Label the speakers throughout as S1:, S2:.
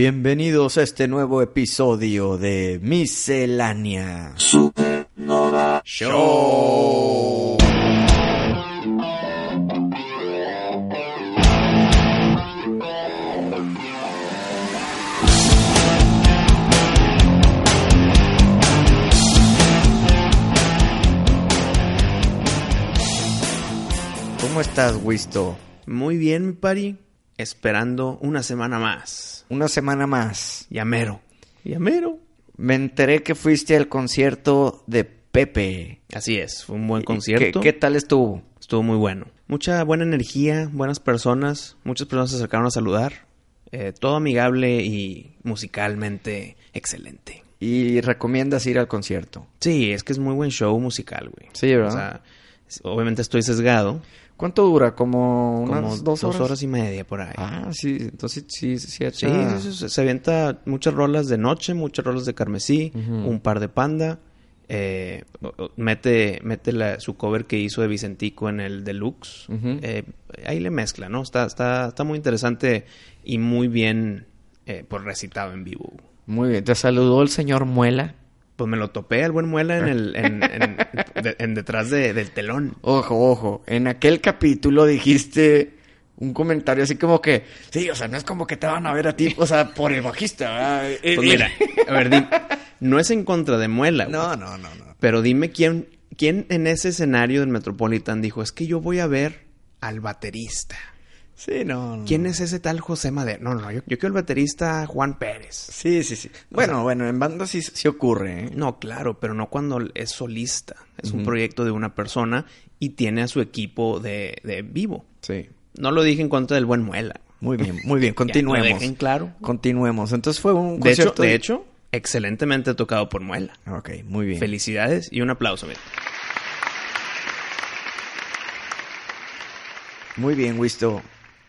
S1: Bienvenidos a este nuevo episodio de Miscelánea
S2: Supernova
S1: Show. ¿Cómo estás, Wisto?
S3: Muy bien, mi pari. Esperando una semana más.
S1: Una semana más.
S3: Llamero. Llamero.
S1: Me enteré que fuiste al concierto de Pepe.
S3: Así es, fue un buen
S1: ¿Qué,
S3: concierto.
S1: qué tal estuvo?
S3: Estuvo muy bueno. Mucha buena energía, buenas personas. Muchas personas se acercaron a saludar. Eh, todo amigable y musicalmente excelente.
S1: Y recomiendas ir al concierto.
S3: Sí, es que es muy buen show musical, güey.
S1: Sí, ¿verdad?
S3: O sea, es- obviamente estoy sesgado.
S1: ¿Cuánto dura? ¿Como unas
S3: como
S1: dos, horas?
S3: y media por ahí.
S1: Ah, sí. Entonces sí, sí,
S3: Sí,
S1: echa-
S3: sí, sí, se avienta muchas rolas de noche, muchas rolas de carmesí,
S1: Ujú.
S3: un par de panda. eh, o- o- mete mete la- su cover que hizo de Vicentico en el deluxe.
S1: Ujú.
S3: eh, ahí le mezcla, ¿no? Está, está, está muy interesante y muy bien eh, pues, recitado en vivo.
S1: Muy bien. Te saludó el señor Muela.
S3: Pues me lo topé al buen muela en el en, en- de- en detrás de- del telón.
S1: Ojo, ojo. En aquel capítulo dijiste un comentario así como que... Sí, o sea, no es como que te van a ver a ti, o sea, por el bajista, ¿verdad? Eh,
S3: Pues
S1: eh.
S3: mira, a ver, di- no es en contra de muela. güey.
S1: No, no, no, no.
S3: Pero dime quién, quién en ese escenario del Metropolitan dijo, es que yo voy a ver al baterista.
S1: Sí, no, no.
S3: ¿Quién es ese tal José Madero? No, no, yo, yo quiero el baterista Juan Pérez.
S1: Sí, sí, sí. Bueno, bueno, en banda sí, sí ocurre, ¿eh?
S3: No, claro, pero no cuando es solista. Es un
S1: Ujú.
S3: proyecto de una persona y tiene a su equipo de, de vivo.
S1: Sí.
S3: No lo dije en contra del buen Muela.
S1: Muy bien, muy bien.
S3: Ya,
S1: Continuemos.
S3: lo dejen claro.
S1: Continuemos. Entonces fue un
S3: De hecho,
S1: concierto...
S3: de hecho, excelentemente tocado por Muela.
S1: Ok, muy bien.
S3: Felicidades y un aplauso. mira.
S1: Muy bien, Wisto.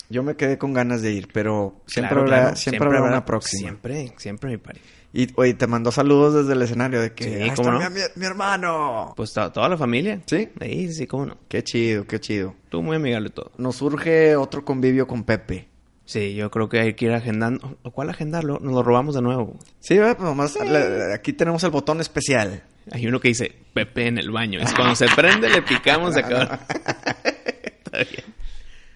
S1: Yo me quedé con ganas de ir, pero siempre
S3: Claro,
S1: habrá,
S3: claro,
S1: Siempre, habrá, una próxima.
S3: Siempre, siempre, mi pari.
S1: Y oye, te mandó saludos desde el escenario de que
S3: Sí,
S1: "Ah,
S3: ¿cómo
S1: está
S3: no?
S1: mi, mi hermano.
S3: Pues to- toda la familia.
S1: ¿Sí?
S3: Sí, sí, cómo no.
S1: Qué chido, qué chido.
S3: Tú muy amigable todo.
S1: Nos surge otro convivio con Pepe.
S3: Sí, yo creo que hay que ir agendando. ¿O cuál agendarlo? Nos lo robamos de nuevo.
S1: Sí, ¿verdad? Pues nomás la- aquí tenemos el botón especial.
S3: Hay uno que dice Pepe en el baño. Es cuando se prende, le picamos de acá. Está bien.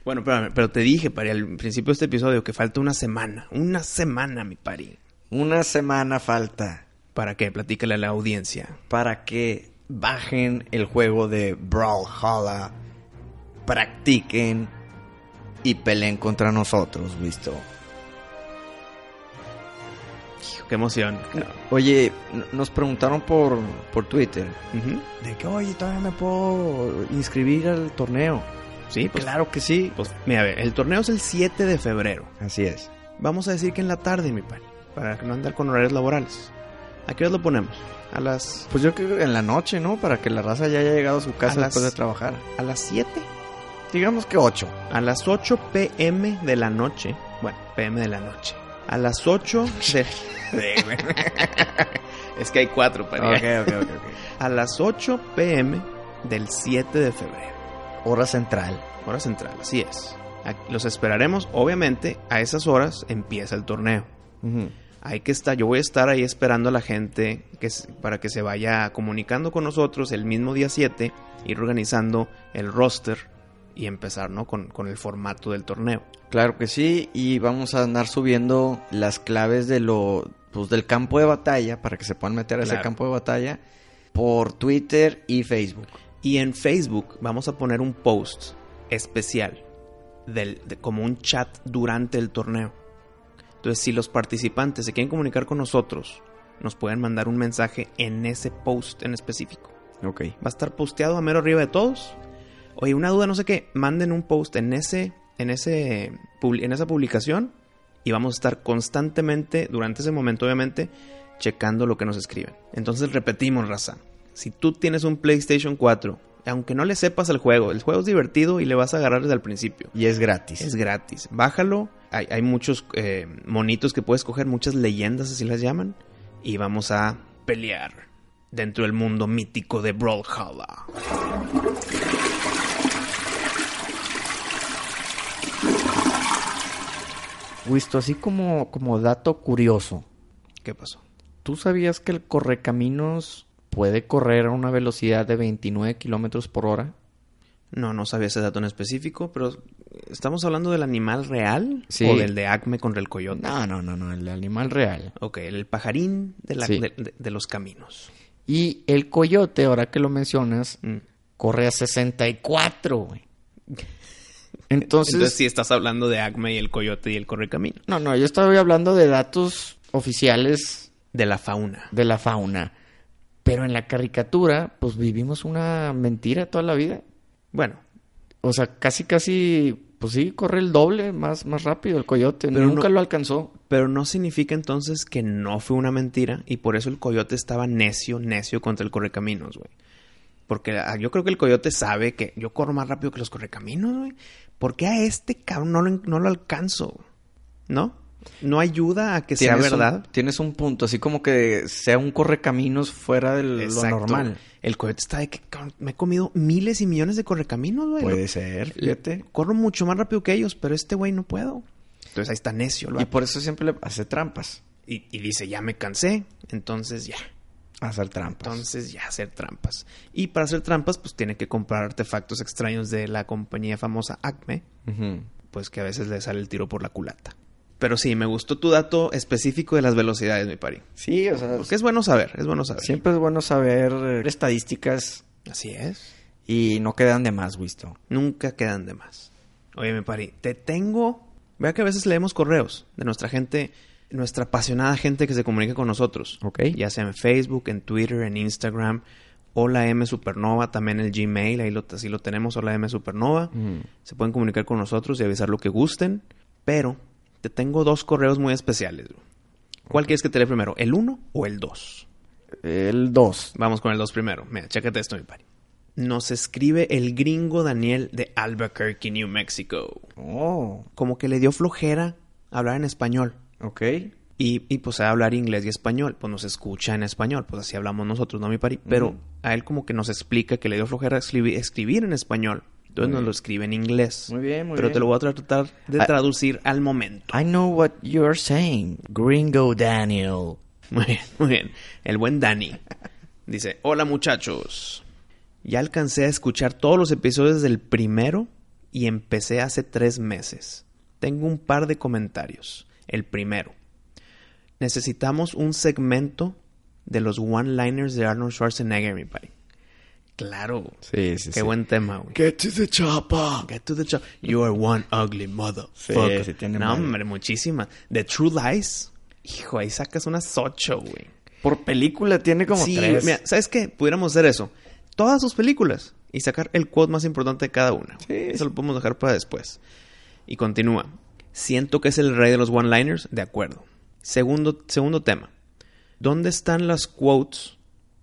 S3: Bueno, espérame, pero te dije, Pari, al principio de este episodio que falta una semana. Una semana, mi Pari.
S1: Una semana falta
S3: ¿Para qué? Platícale a la audiencia.
S1: para que bajen el juego de Brawlhalla, practiquen y peleen contra nosotros, ¿visto?
S3: Hijo, qué emoción.
S1: Oye, n- nos preguntaron por, por Twitter.
S3: Ujú.
S1: De que, oye, todavía me puedo inscribir al torneo.
S3: Sí, pues,
S1: claro que sí.
S3: Pues, mira, a ver, el torneo es el 7 de febrero.
S1: Así es.
S3: Vamos a decir que en la tarde, mi Pari. Para no andar con horarios laborales. ¿A qué hora lo ponemos? A las
S1: Pues yo creo que en la noche, ¿no? Para que la raza ya haya llegado a su casa
S3: A las-
S1: después de trabajar.
S3: a las 7,
S1: Digamos que 8.
S3: a las 8 pm de la noche. Bueno, pm de la noche. A las 8 de... es que hay 4 para
S1: ok, ok, ok.
S3: A las 8 pm del 7 de febrero.
S1: Hora central.
S3: Hora central, así es. Aquí- Los esperaremos, obviamente, a esas horas empieza el torneo. Hay que estar, yo voy a estar ahí esperando a la gente que, s- para que se vaya comunicando con nosotros el mismo día 7, ir organizando el roster y empezar ¿no? con, con el formato del torneo.
S1: Claro que sí. Y vamos a andar subiendo las claves de lo, pues, del campo de batalla para que se puedan meter a ese
S3: Claro.
S1: campo de batalla por Twitter y Facebook.
S3: Y en Facebook vamos a poner un post especial, del, de- como un chat durante el torneo. Entonces, si los participantes se quieren comunicar con nosotros, nos pueden mandar un mensaje en ese post en específico.
S1: Ok.
S3: Va a estar posteado a mero arriba de todos. Oye, una duda, no sé qué, manden un post en ese, en ese, pub- en esa publicación y vamos a estar constantemente durante ese momento, obviamente, checando lo que nos escriben. Entonces repetimos, raza. Si tú tienes un PlayStation 4, aunque no le sepas el juego, el juego es divertido y le vas a agarrar desde el principio.
S1: Y es gratis.
S3: Es gratis. Bájalo. Hay, hay muchos eh, monitos que puedes coger, muchas leyendas, así las llaman. Y vamos a pelear dentro del mundo mítico de Brawlhalla.
S1: Wisto, así como, como dato curioso,
S3: ¿Qué pasó?
S1: ¿tú sabías que el correcaminos puede correr a una velocidad de 29 kilómetros por hora?
S3: No, no sabía ese dato en específico, pero ¿estamos hablando del animal real?
S1: Sí.
S3: ¿O del de Acme contra el coyote?
S1: No, no, no, no, el animal real.
S3: Ok, el pajarín de, la-
S1: Sí.
S3: de- de- de los caminos.
S1: Y el coyote, ahora que lo mencionas,
S3: Mm.
S1: corre a 64, güey. Entonces,
S3: Entonces, si estás hablando de Acme y el coyote y el correcamino.
S1: no, no, yo estaba hablando de datos oficiales
S3: De la fauna.
S1: de la fauna. Pero en la caricatura, pues vivimos una mentira toda la vida.
S3: Bueno,
S1: O sea, casi, casi, pues sí, corre el doble más, más rápido el coyote.
S3: Pero
S1: Nunca
S3: no-
S1: lo alcanzó.
S3: pero no significa entonces que no fue una mentira y por eso el coyote estaba necio, necio contra el correcaminos, güey. Porque ah, yo creo que el coyote sabe que yo corro más rápido que los correcaminos, güey. ¿Por qué a este cabrón no lo, no lo alcanzo? ¿No? ¿No ayuda a que sea
S1: Tienes un-
S3: verdad?
S1: tienes un punto, así como que sea un correcaminos fuera de lo
S3: Exacto.
S1: normal.
S3: El coyote está de que cabrón, me he comido miles y millones de correcaminos, güey. Lo-
S1: ser,
S3: Corro mucho más rápido que ellos, pero este güey no puedo. Entonces ahí está necio. el
S1: Y
S3: vato.
S1: por eso siempre le hace trampas.
S3: Y, y dice, ya me cansé, entonces ya.
S1: Hacer trampas.
S3: Entonces ya hacer trampas. Y para hacer trampas, pues tiene que comprar artefactos extraños de la compañía famosa Acme,
S1: Ujú.
S3: pues que a veces le sale el tiro por la culata. Pero sí, me gustó tu dato específico de las velocidades, mi pari.
S1: Sí, o sea,
S3: Porque es bueno saber, es bueno saber.
S1: siempre es bueno saber eh, estadísticas
S3: Así es.
S1: y no quedan de más, Wisto.
S3: Nunca quedan de más. Oye, mi pari, te tengo. Vea que a veces leemos correos de nuestra gente, nuestra apasionada gente que se comunica con nosotros.
S1: Ok.
S3: Ya sea en Facebook, en Twitter, en Instagram. Hola M Supernova, también el Gmail, ahí lo, así lo tenemos, Hola M Supernova.
S1: Ujú.
S3: Se pueden comunicar con nosotros y avisar lo que gusten. Pero te tengo dos correos muy especiales. güey. ¿Cuál quieres que te dé primero, el 1 o el 2?
S1: El 2.
S3: Vamos con el 2 primero. Mira, chécate esto, mi pari. Nos escribe el gringo Daniel de Albuquerque, New Mexico.
S1: Oh,
S3: Como que le dio flojera hablar en español.
S1: ok.
S3: Y, y pues a hablar inglés y español. Pues nos escucha en español. Pues así hablamos nosotros, ¿no, mi pari? Pero
S1: Ujú.
S3: a él como que nos explica que le dio flojera escribi- escribir en español. Entonces
S1: Muy
S3: nos
S1: bien.
S3: lo escribe en inglés.
S1: Muy bien, muy
S3: Pero te
S1: bien.
S3: lo voy a tratar de
S1: Ah.
S3: traducir al momento.
S1: I know what you're saying, Gringo Daniel.
S3: Muy bien, muy bien. El buen Dani. Dice, hola muchachos. Ya alcancé a escuchar todos los episodios del primero y empecé hace tres meses. Tengo un par de comentarios. El primero. Necesitamos un segmento de los one-liners de Arnold Schwarzenegger, mi pari. Claro.
S1: Sí, sí,
S3: Qué buen tema, güey.
S1: Get to the chopper.
S3: Get to the job. You are one ugly motherfucker.
S1: Sí, sí tiene
S3: no,
S1: madre.
S3: hombre, muchísima. The True Lies. Hijo, ahí sacas unas ocho, güey.
S1: Por película tiene como
S3: Sí,
S1: tres.
S3: mira, ¿sabes qué? Pudiéramos hacer eso. Todas sus películas y sacar el quote más importante de cada una.
S1: Sí.
S3: Eso lo podemos dejar para después. Y continúa. Siento que es el rey de los one-liners, de acuerdo. Segundo, segundo tema. ¿Dónde están las quotes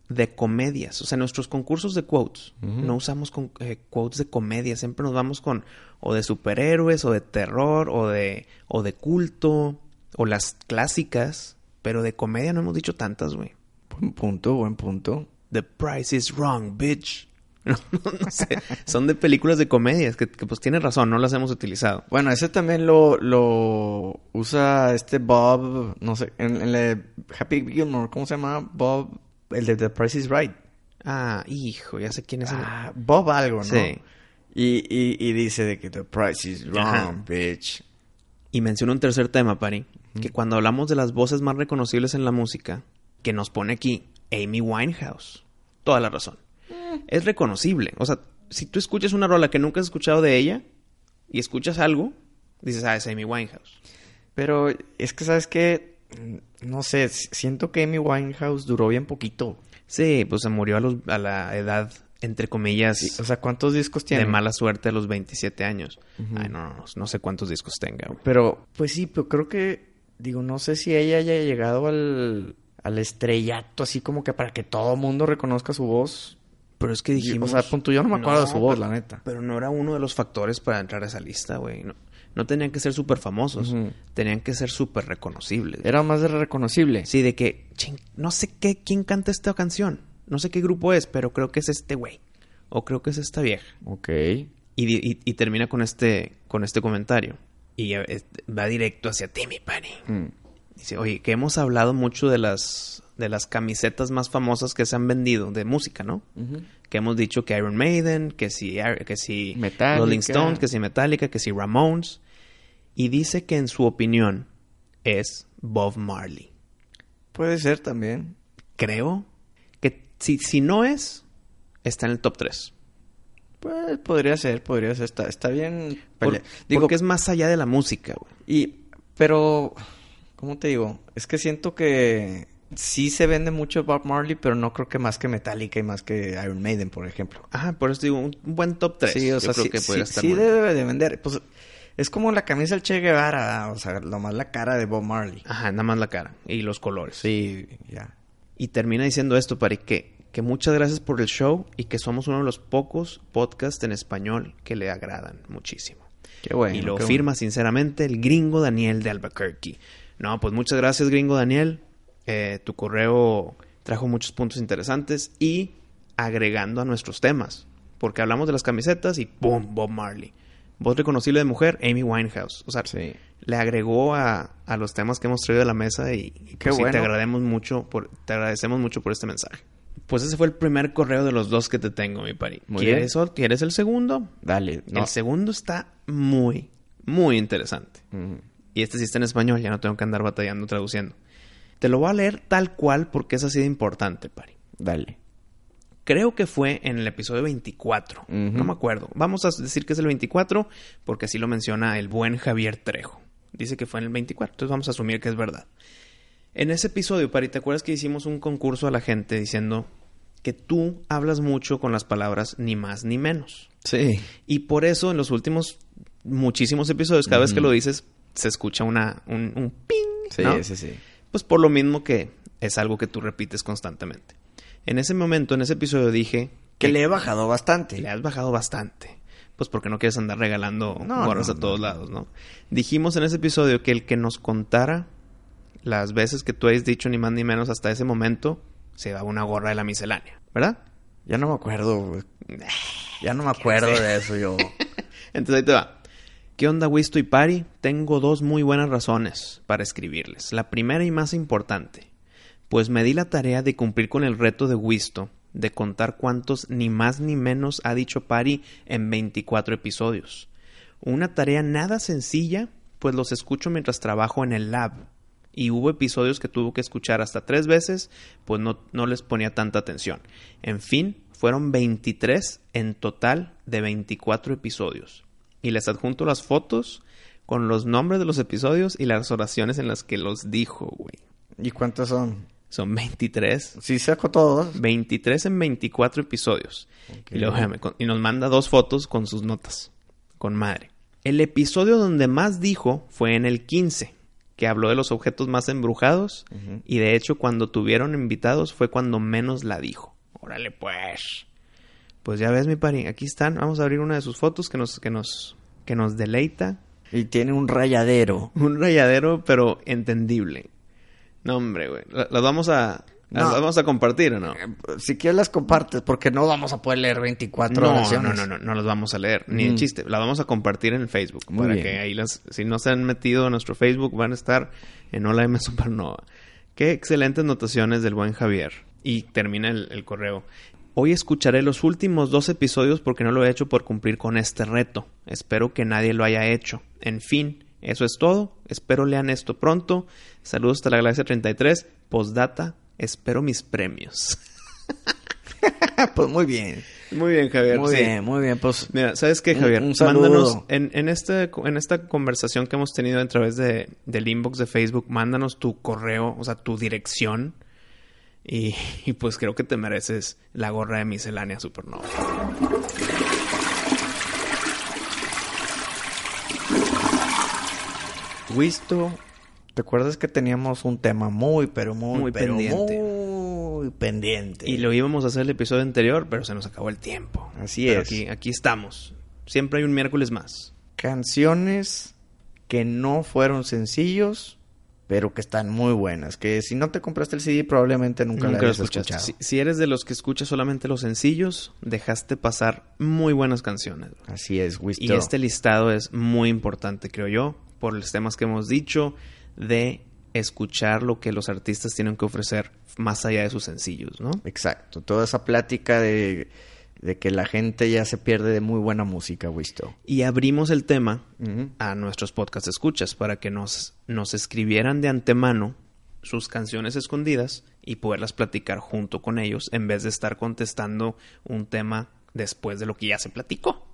S3: de comedias? O sea, nuestros concursos de quotes. No usamos con- eh, quotes de comedias. Siempre nos vamos con o de superhéroes, o de terror, o de, o de culto, o las clásicas. Pero de comedia no hemos dicho tantas, güey.
S1: Buen punto, buen punto.
S3: The price is wrong, bitch. No, no, no sé. Son de películas de comedias que, que, pues tienes razón, no las hemos utilizado.
S1: Bueno, ese también lo, lo usa este Bob, no sé, en, en la de Happy Gilmore, ¿cómo se llama? Bob, el de The Price is Right.
S3: Ah, hijo, ya sé quién es. el-
S1: Ah, Bob algo, ¿no?
S3: Sí.
S1: Y, y, y dice de que The Price is Wrong,
S3: Ajá.
S1: bitch.
S3: Y menciono un tercer tema, Pari, que cuando hablamos de las voces más reconocibles en la música, que nos pone aquí Amy Winehouse. Toda la razón. Es reconocible. O sea, si tú escuchas una rola que nunca has escuchado de ella y escuchas algo, dices, ah, es Amy Winehouse.
S1: Pero es que, ¿sabes qué? No sé, s- siento que Amy Winehouse duró bien poquito.
S3: Sí, pues se murió a, los- a la edad, entre comillas,
S1: O sea, ¿cuántos discos tiene?
S3: de mala suerte a los 27 años. Ay, no, no, no, no sé cuántos discos tenga, güey.
S1: Pero, pues sí, pero creo que, digo, no sé si ella haya llegado al, al estrellato, así como que para que todo mundo reconozca su voz.
S3: Pero es que dijimos...
S1: o sea, punto, yo no me acuerdo de su voz, la neta.
S3: Pero no era uno de los factores para entrar a esa lista, güey. No, no tenían que ser súper famosos.
S1: Ujú.
S3: Tenían que ser súper reconocibles. güey.
S1: Era más de reconocible.
S3: Sí, de que... "Chin, no sé qué, quién canta esta canción. No sé qué grupo es, pero creo que es este güey. O creo que es esta vieja.
S1: Ok.
S3: Y, di- y- y termina con este, con este comentario. Y ya, este, va directo hacia ti, mi pani.
S1: Mm.
S3: Dice, oye, que hemos hablado mucho de las, de las camisetas más famosas que se han vendido de música, ¿no?
S1: Ujú.
S3: Que hemos dicho que Iron Maiden, que si, Ar- que si
S1: Metallica.
S3: Rolling Stones, que si Metallica, que si Ramones. Y dice que en su opinión es Bob Marley.
S1: Puede ser también.
S3: Creo que si, si no es, está en el top 3.
S1: Pues podría ser, podría ser. Está, está bien.
S3: Por-
S1: pele- Digo,
S3: porque es más allá de la música, güey.
S1: Y, pero, ¿cómo te digo? Es que siento que sí se vende mucho Bob Marley, pero no creo que más que Metallica y más que Iron Maiden, por ejemplo.
S3: Ajá, por eso digo, un un buen top 3.
S1: Sí, o sea, sí, sí- sí
S3: muy-
S1: debe de vender. Pues es como la camisa del Che Guevara, o sea, nomás la cara de Bob Marley.
S3: Ajá, nada más la cara y los colores.
S1: Sí, ya.
S3: Y termina diciendo esto, Pari, que, que muchas gracias por el show y que somos uno de los pocos podcasts en español que le agradan muchísimo.
S1: Qué bueno.
S3: y lo
S1: qué
S3: firma sinceramente el gringo Daniel de Albuquerque. No, pues muchas gracias, gringo Daniel. Eh, tu correo trajo muchos puntos interesantes y agregando a nuestros temas. Porque hablamos de las camisetas y ¡boom! Bob Marley. Voz reconocible de mujer, Amy Winehouse. O sea,
S1: bueno. Sí.
S3: le agregó a, a los temas que hemos traído a la mesa y, y, pues,
S1: Qué
S3: sí, te
S1: bueno.
S3: agradecemos mucho por te agradecemos mucho por este mensaje. Pues ese fue el primer correo de los dos que te tengo, mi pari.
S1: Muy bien.
S3: ¿Quieres, ot- ¿Quieres el segundo?
S1: Dale. No.
S3: El segundo está muy, muy interesante.
S1: Mm.
S3: Y este sí está en español, ya no tengo que andar batallando traduciendo. Te lo voy a leer tal cual porque es así de importante, pari.
S1: Dale.
S3: Creo que fue en el episodio 24.
S1: Ujú.
S3: No me acuerdo. Vamos a decir que es el 24 porque así lo menciona el buen Javier Trejo. Dice que fue en el 24, entonces vamos a asumir que es verdad. En ese episodio, Pari, ¿te acuerdas que hicimos un concurso a la gente diciendo que tú hablas mucho con las palabras ni más ni menos?
S1: Sí.
S3: Y por eso en los últimos muchísimos episodios, cada vez que lo dices, se escucha una, un, un ping.
S1: Sí,
S3: ¿no?
S1: sí, sí.
S3: Pues por lo mismo que es algo que tú repites constantemente. En ese momento, en ese episodio, dije
S1: Que le he bajado bastante.
S3: le has bajado bastante. Pues porque no quieres andar regalando
S1: No,
S3: gorras
S1: no,
S3: a
S1: no.
S3: todos lados, ¿no? Dijimos en ese episodio que el que nos contara las veces que tú has dicho ni más ni menos hasta ese momento, se daba una gorra de la miscelánea, ¿verdad?
S1: Ya no me acuerdo, güey. Ya no me acuerdo de eso yo.
S3: Entonces ahí te va. ¿Qué onda, Wisto y Pari? Tengo dos muy buenas razones para escribirles. La primera y más importante, pues me di la tarea de cumplir con el reto de Wisto de contar cuántos ni más ni menos ha dicho Pari en 24 episodios. Una tarea nada sencilla, pues los escucho mientras trabajo en el lab. Y hubo episodios que tuvo que escuchar hasta tres veces, pues no, no les ponía tanta atención. En fin, fueron 23 en total de 24 episodios. Y les adjunto las fotos con los nombres de los episodios y las oraciones en las que los dijo, güey.
S1: ¿Y cuántos son?
S3: Son 23.
S1: Sí, saco todos.
S3: 23 en 24 episodios.
S1: Ok.
S3: Y, luego, déjame, con- y nos manda dos fotos con sus notas. Con madre. El episodio donde más dijo fue en el 15, que habló de los objetos más embrujados.
S1: Ujú.
S3: Y de hecho, cuando tuvieron invitados fue cuando menos la dijo. Órale, pues. Pues ya ves, mi pari, aquí están. Vamos a abrir una de sus fotos que nos, que nos, que nos deleita.
S1: Y tiene un rayadero.
S3: Un rayadero, pero entendible. No, hombre, güey. La- Las vamos a. Las
S1: No.
S3: vamos a compartir o no?
S1: Si quieres las compartes, porque no vamos a poder leer 24
S3: No, no,
S1: oraciones.
S3: no, no, no, las vamos a leer. Ni el
S1: Mm.
S3: chiste. Las vamos a compartir en Facebook.
S1: Muy
S3: para
S1: bien.
S3: que ahí las. Si no se han metido a nuestro Facebook, van a estar en Hola M Supernova. Qué excelentes notaciones del buen Javier. Y termina el, el correo. Hoy escucharé los últimos dos episodios porque no lo he hecho por cumplir con este reto. Espero que nadie lo haya hecho. En fin, eso es todo. Espero lean esto pronto. Saludos hasta la Galaxia 33. Postdata. Espero mis premios.
S1: pues muy bien.
S3: Muy bien, Javier.
S1: Muy
S3: sí.
S1: bien, muy bien. Pues
S3: Mira, ¿sabes qué,
S1: Un-
S3: Javier?
S1: un saludo.
S3: Mándanos, en, en, este, en esta conversación que hemos tenido a través de, del inbox de Facebook, mándanos tu correo, o sea, tu dirección. Y, y pues creo que te mereces la gorra de miscelánea supernova. Wisto,
S1: ¿te acuerdas que teníamos un tema muy, pero muy,
S3: Muy
S1: pero
S3: pendiente.
S1: muy pendiente?
S3: y lo íbamos a hacer el episodio anterior, pero se nos acabó el tiempo.
S1: Así
S3: Pero
S1: es.
S3: Aquí, aquí estamos. Siempre hay un miércoles más.
S1: Canciones que no fueron sencillos, pero que están muy buenas. Que si no te compraste el CD, probablemente nunca, la
S3: Nunca
S1: hayas
S3: lo escuchaste.
S1: escuchado.
S3: Si, si eres de los que escucha solamente los sencillos, dejaste pasar muy buenas canciones. güey.
S1: Así es,
S3: Y
S1: Wisto.
S3: este listado es muy importante, creo yo, por los temas que hemos dicho, de escuchar lo que los artistas tienen que ofrecer más allá de sus sencillos, ¿no?
S1: Exacto. Toda esa plática de, de que la gente ya se pierde de muy buena música, Wisto.
S3: Y abrimos el tema
S1: Ujú.
S3: a nuestros podcast escuchas para que nos, nos escribieran de antemano sus canciones escondidas y poderlas platicar junto con ellos en vez de estar contestando un tema después de lo que ya se platicó.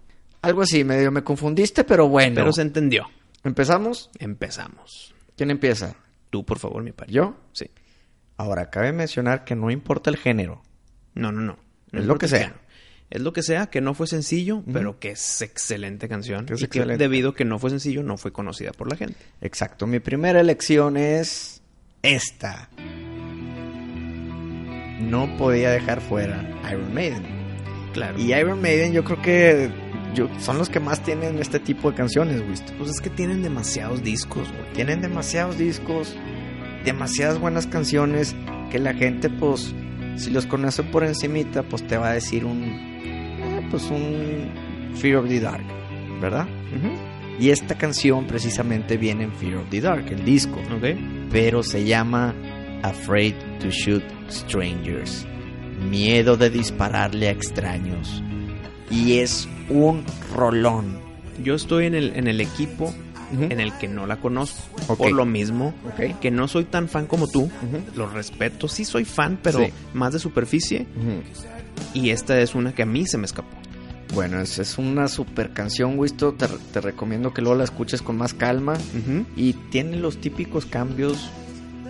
S1: Algo así, medio me confundiste, pero bueno.
S3: Pero se entendió.
S1: ¿Empezamos?
S3: Empezamos.
S1: ¿Quién empieza?
S3: Tú, por favor, mi padre.
S1: ¿Yo?
S3: Sí.
S1: Ahora, cabe mencionar que no importa el género.
S3: No, no, no. No
S1: Es lo que
S3: importa
S1: sea.
S3: el género. Es lo que sea, que no fue sencillo, pero que es excelente canción.
S1: Que es
S3: y que
S1: excelente.
S3: debido a que no fue sencillo, no fue conocida por la gente.
S1: Exacto. Mi primera elección es esta. No podía dejar fuera Iron Maiden.
S3: Claro.
S1: Y Iron Maiden yo creo que yo- son los que más tienen este tipo de canciones, Wisto.
S3: pues es que tienen demasiados discos, güey.
S1: Tienen demasiados discos, demasiadas buenas canciones que la gente, pues, si los conoce por encimita, pues te va a decir un, eh, pues un Fear of the Dark, ¿verdad? Y esta canción precisamente viene en Fear of the Dark, el disco,
S3: Ok.
S1: pero se llama Afraid to Shoot Strangers, miedo de dispararle a extraños. Y es un rolón.
S3: Yo estoy en el, en el equipo en el que no la conozco.
S1: Ok.
S3: Por lo mismo
S1: Ok.
S3: que no soy tan fan como tú.
S1: Ujú.
S3: Los respeto, sí soy fan, pero
S1: Sí.
S3: más de superficie.
S1: Ujú.
S3: Y esta es una que a mí se me escapó.
S1: Bueno, es, es una super canción, Wisto. Te, te recomiendo que luego la escuches con más calma.
S3: Ujú.
S1: Y tiene los típicos cambios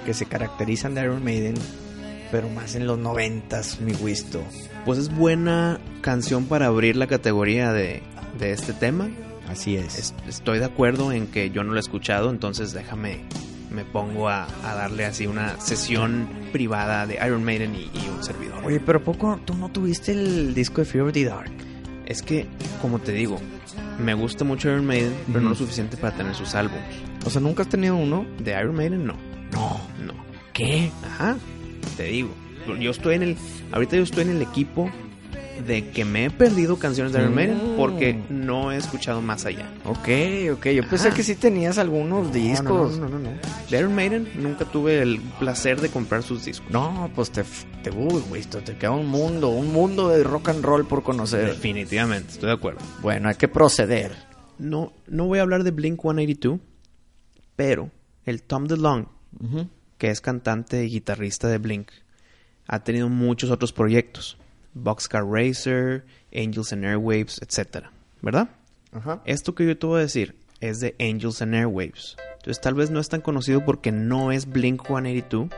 S1: que se caracterizan de Iron Maiden, pero más en los noventas, mi Wisto.
S3: Pues es buena canción para abrir la categoría de, de este tema.
S1: Así es.
S3: Es- estoy de acuerdo en que yo no la he escuchado, entonces déjame, me pongo a, a darle así una sesión privada de Iron Maiden y, y un servidor.
S1: Oye, pero ¿a poco tú no tuviste el disco de Fear of the Dark?
S3: Es que, como te digo, me gusta mucho Iron Maiden, pero no
S1: Ujú.
S3: lo suficiente para tener sus álbumes.
S1: O sea, ¿nunca has tenido uno?
S3: De Iron Maiden, no,
S1: No.
S3: no.
S1: ¿Qué?
S3: Ajá, te digo. Yo estoy en el. Ahorita yo estoy en el equipo de que me he perdido canciones de Iron Maiden
S1: Mm.
S3: porque no he escuchado más allá.
S1: Ok, ok. Yo pensé
S3: Ah.
S1: que sí tenías algunos discos.
S3: No, no, no, no, no. De Iron Maiden nunca tuve el placer de comprar sus discos.
S1: No, pues te, f- te, uy, Wisto, te queda un mundo, un mundo de rock and roll por conocer.
S3: Definitivamente, estoy de acuerdo.
S1: Bueno, hay que proceder.
S3: No, no voy a hablar de Blink 182, pero el Tom DeLonge, que es cantante y guitarrista de Blink, ha tenido muchos otros proyectos: Boxcar Racer, Angels and Airwaves, etc. ¿Verdad?
S1: Ajá.
S3: Esto que yo te voy a decir es de Angels and Airwaves. Entonces tal vez no es tan conocido porque no es Blink 182,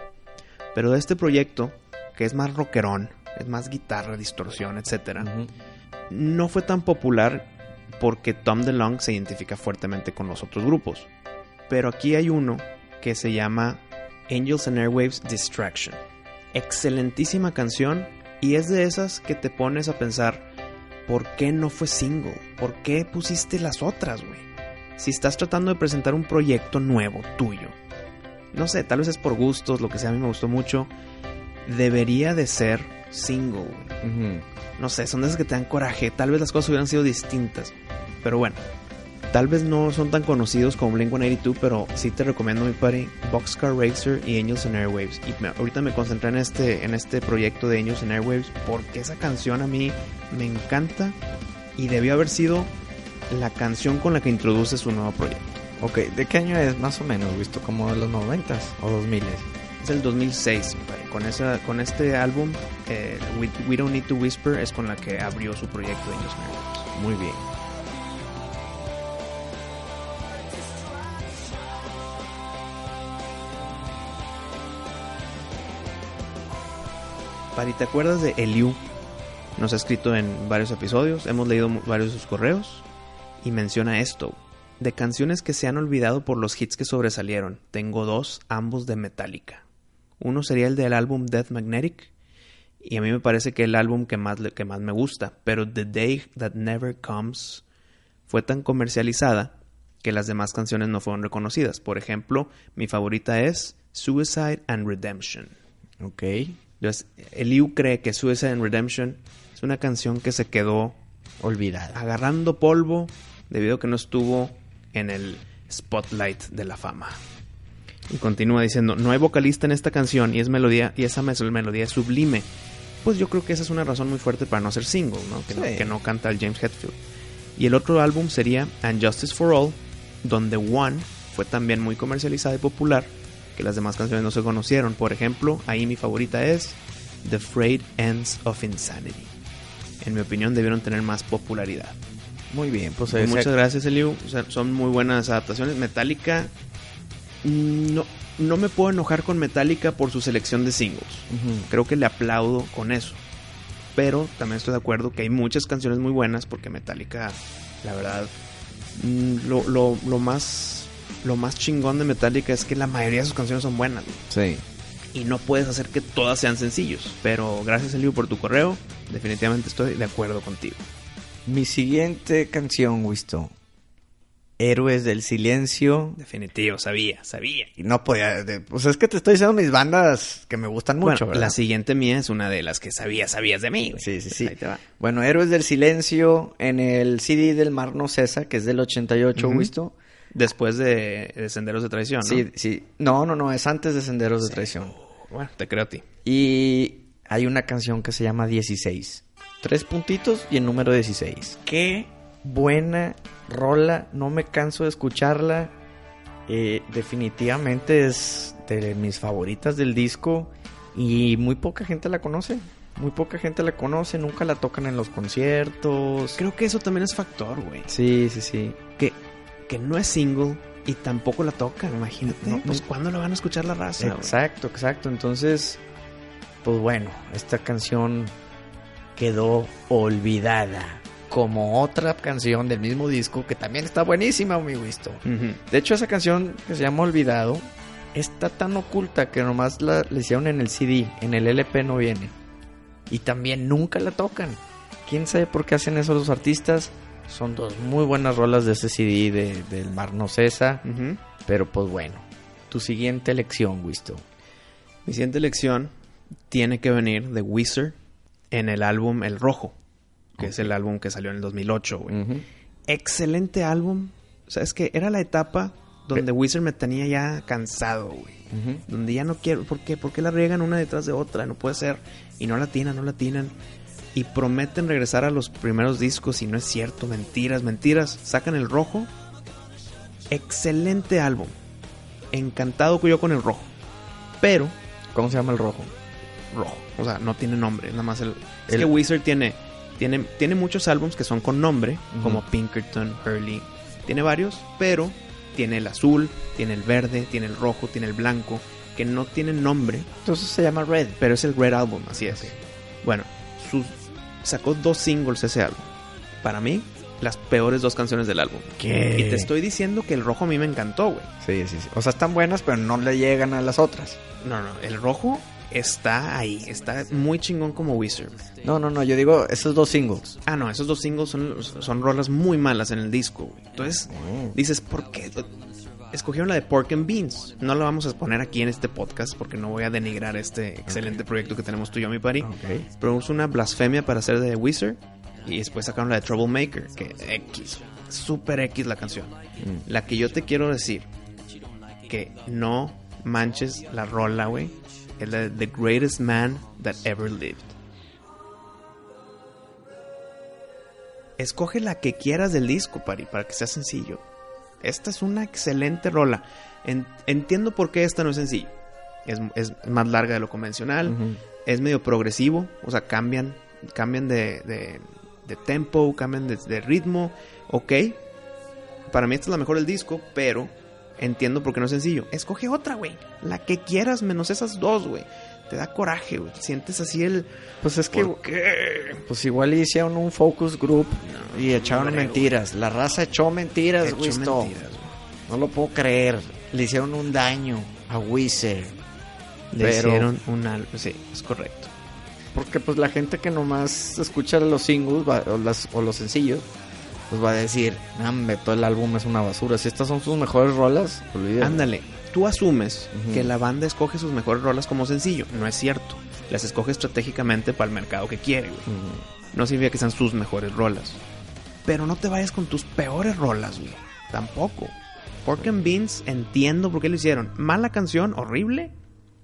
S3: pero de este proyecto, que es más rockerón, es más guitarra, distorsión, etc., no fue tan popular porque Tom DeLonge se identifica fuertemente con los otros grupos. Pero aquí hay uno que se llama Angels and Airwaves Distraction. Excelentísima canción y es de esas que te pones a pensar, ¿por qué no fue single? ¿Por qué pusiste las otras, güey? Si estás tratando de presentar un proyecto nuevo tuyo. No sé, tal vez es por gustos, lo que sea, a mí me gustó mucho. Debería de ser single, güey. No sé, son de esas que te dan coraje. Tal vez las cosas hubieran sido distintas. Pero bueno, tal vez no son tan conocidos como Blink 182, pero sí te recomiendo mi party Boxcar Racer y Angels and Airwaves. Y me- ahorita me concentré en este, en este proyecto de Angels and Airwaves porque esa canción a mí me encanta y debió haber sido la canción con la que introduce su nuevo proyecto.
S1: Ok, ¿de qué año es más o menos, Wisto? ¿Como de los noventas o dos miles?
S3: Es el 2006, mi pari. Con, esa, con este álbum, eh, We, We Don't Need to Whisper, es con la que abrió su proyecto de Angels and Airwaves.
S1: Muy bien.
S3: Pari, ¿te acuerdas de Eliu? Nos ha escrito en varios episodios, hemos leído mu- varios de sus correos y menciona esto. De canciones que se han olvidado por los hits que sobresalieron, tengo dos, ambos de Metallica. Uno sería el del álbum Death Magnetic y a mí me parece que el álbum que más, le- que más me gusta, pero The Day That Never Comes fue tan comercializada que las demás canciones no fueron reconocidas. Por ejemplo, mi favorita es Suicide and Redemption.
S1: Ok.
S3: Entonces, Eliu cree que Suicide and Redemption es una canción que se quedó
S1: Olvidada.
S3: agarrando polvo debido a que no estuvo en el spotlight de la fama. Y continúa diciendo, no hay vocalista en esta canción y es melodía y esa mes- melodía es sublime. Pues yo creo que esa es una razón muy fuerte para no ser single, ¿no? Que, no,
S1: Sí.
S3: que no canta el James Hetfield. Y el otro álbum sería And Justice for All, donde One fue también muy comercializada y popular, que las demás canciones no se conocieron. Por ejemplo, ahí mi favorita es The Frayed Ends of Insanity. En mi opinión debieron tener más popularidad.
S1: Muy bien, pues
S3: Pues
S1: esa-
S3: muchas gracias, Eliu. O sea, son muy buenas adaptaciones. Metallica. mm, No, no me puedo enojar con Metallica por su selección de singles.
S1: Ujú.
S3: Creo que le aplaudo con eso. Pero también estoy de acuerdo que hay muchas canciones muy buenas porque Metallica, la verdad, mm, lo, lo- lo más, lo más chingón de Metallica es que la mayoría de sus canciones son buenas. güey.
S1: Sí.
S3: Y no puedes hacer que todas sean sencillos. Pero gracias, Eliu, por tu correo. Definitivamente estoy de acuerdo contigo.
S1: Mi siguiente canción, Wisto. Héroes del Silencio.
S3: Definitivo, sabía, sabía.
S1: Y no podía. de- pues es que te estoy diciendo mis bandas que me gustan mucho,
S3: bueno,
S1: ¿verdad?
S3: la siguiente mía es una de las que sabías, sabías de mí. güey.
S1: Sí, sí, sí.
S3: Ahí te va.
S1: Bueno, Héroes del Silencio en el CD del Mar No Cesa, que es del 88,
S3: Ujú.
S1: Wisto.
S3: Después de, de Senderos de Traición, ¿no?
S1: Sí, sí. No, no, no, es antes de Senderos de Traición.
S3: Bueno, te creo a ti.
S1: Y hay una canción que se llama 16. Tres puntitos y el número 16. Qué buena rola. No me canso de escucharla. Eh, definitivamente es de mis favoritas del disco. Y muy poca gente la conoce. Muy poca gente la conoce. Nunca la tocan en los conciertos.
S3: Creo Ah, que eso también es factor, güey.
S1: Sí, sí, sí.
S3: Que, que no es single y tampoco la tocan, imagínate.
S1: No,
S3: pues,
S1: no.
S3: ¿cuándo la van a escuchar la raza? güey?
S1: Exacto, exacto. Entonces, pues bueno, esta canción quedó olvidada. Como otra canción del mismo disco que también está buenísima, mi Wisto.
S3: Ujú.
S1: De hecho, esa canción que se llama Olvidado está tan oculta que nomás la, la hicieron en el CD, en el LP no viene. Y también nunca la tocan. ¿Quién sabe por qué hacen eso los artistas? Son dos muy buenas rolas de ese CD de- del Mar No Cesa.
S3: Ujú.
S1: Pero pues bueno, tu siguiente elección, Wisto.
S3: Mi siguiente elección tiene que venir de Weezer en el álbum El Rojo, que es el álbum que salió en el 2008, güey. Excelente álbum. O sea, es que era la etapa donde Wizard me tenía ya cansado, güey. Donde ya no quiero. ¿Por qué? ¿Por qué la riegan una detrás de otra? No puede ser. Y no la tienen, no la tienen. Y prometen regresar a los primeros discos y no es cierto. Mentiras, mentiras. Sacan el rojo. Excelente álbum. Encantado yo con el rojo. Pero
S1: ¿Cómo se llama el rojo?
S3: rojo. O sea, no tiene nombre, es nada más el... Es
S1: El-
S3: que Wizard tiene, tiene, tiene muchos álbumes que son con nombre,
S1: Ujú.
S3: como Pinkerton, Hurley. Tiene varios, pero tiene el azul, tiene el verde, tiene el rojo, tiene el blanco, que no tienen nombre,
S1: Entonces se llama Red.
S3: pero es el Red Album, así es.
S1: Ok.
S3: Bueno, sus- sacó dos singles ese álbum. Para mí, las peores dos canciones del álbum.
S1: ¿Qué?
S3: Y te estoy diciendo que el rojo a mí me encantó, güey.
S1: Sí, sí, sí. O sea, están buenas, pero no le llegan a las otras.
S3: No, no, el rojo está ahí, está muy chingón como Wizard.
S1: No, no, no, yo digo esos dos singles.
S3: Ah, no, esos dos singles son, son rolas muy malas en el disco. güey. Entonces, dices, ¿por qué? Escogieron la de Pork and Beans. No la vamos a poner aquí en este podcast porque no voy a denigrar este excelente proyecto que tenemos tú y yo, mi pari.
S1: Ok.
S3: Pero es una blasfemia para hacer de Wizard. Y después sacaron la de Troublemaker, que X. Super X la canción. La que yo te quiero decir, que no manches la rola, güey, es la de The Greatest Man That Ever Lived. Escoge la que quieras del disco, Pari, para que sea sencillo. Esta es una excelente rola. En- entiendo por qué esta no es sencilla. Es, es más larga de lo convencional es medio progresivo, o sea, cambian, cambian de, de- de tempo, cambian de, de ritmo, ok. Para mí esta es la mejor del disco, pero entiendo por qué no es sencillo. Escoge otra, güey, la que quieras, menos esas dos, güey. Te da coraje, güey. Sientes así el...
S1: Pues es que,
S3: ¿Por qué?
S1: pues igual hicieron un focus group y echaron
S3: hombre,
S1: mentiras. La raza echó mentiras,
S3: Hecho
S1: güey.
S3: mentiras, güey.
S1: No lo puedo creer. Le hicieron un daño a Wizard.
S3: Le
S1: Pero-
S3: hicieron un álbum, sí, es correcto.
S1: Porque pues la gente que nomás escucha los singles va- o, las- o los sencillos, pues va a decir, hombre, todo el álbum es una basura. Si estas son sus mejores rolas, olvídalo.
S3: Ándale, tú asumes
S1: Ujú.
S3: que la banda escoge sus mejores rolas como sencillo. No es cierto. Las escoge estratégicamente para el mercado que quiere, güey.
S1: Ujú.
S3: No significa que sean sus mejores rolas. Pero no te vayas con tus peores rolas, güey. Tampoco. Pork and Beans, entiendo por qué lo hicieron. Mala canción, horrible,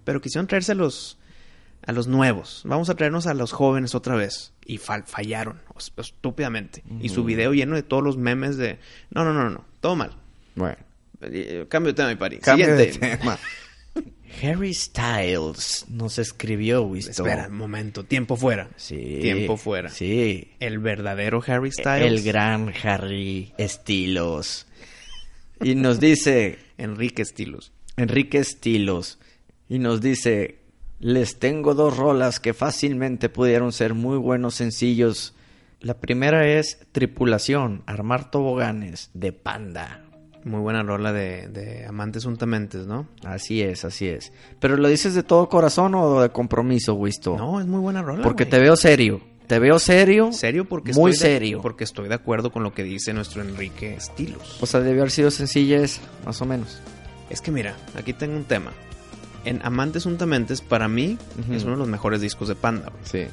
S3: pero quisieron traerse a los, a los nuevos. Vamos a traernos a los jóvenes otra vez. Y fal- fallaron, os- estúpidamente. Y su
S1: Ujú.
S3: video lleno de todos los memes de... No, no, no, no, no, todo mal.
S1: Bueno,
S3: Eh, Cambio de tema, mi pari.
S1: cambio de
S3: Siguiente.
S1: tema. Harry Styles nos escribió, Wisto.
S3: Espera, un momento. Tiempo fuera.
S1: Sí.
S3: Tiempo fuera.
S1: Sí.
S3: El verdadero Harry Styles.
S1: El gran Harry Estilos. Y nos dice
S3: Enrique Estilos.
S1: Enrique Estilos. Y nos dice, les tengo dos rolas que fácilmente pudieron ser muy buenos sencillos. La primera es Tripulación, Armar Toboganes, de Panda.
S3: Muy buena rola de, de Amantes Untamentes, ¿no?
S1: Así es, así es. Pero lo dices de todo corazón o de compromiso, Wisto.
S3: No, es muy buena rola.
S1: Oh. Porque
S3: güey.
S1: te veo serio. Te veo serio.
S3: Serio porque
S1: Muy
S3: estoy de-
S1: serio.
S3: porque estoy de acuerdo con lo que dice nuestro Enrique Estilos.
S1: O sea, debió haber sido sencilla esa, más o menos.
S3: Es que mira, aquí tengo un tema. En Amantes Untamentes, para mí,
S1: Ujú.
S3: es uno de los mejores discos de Panda. güey.
S1: Sí.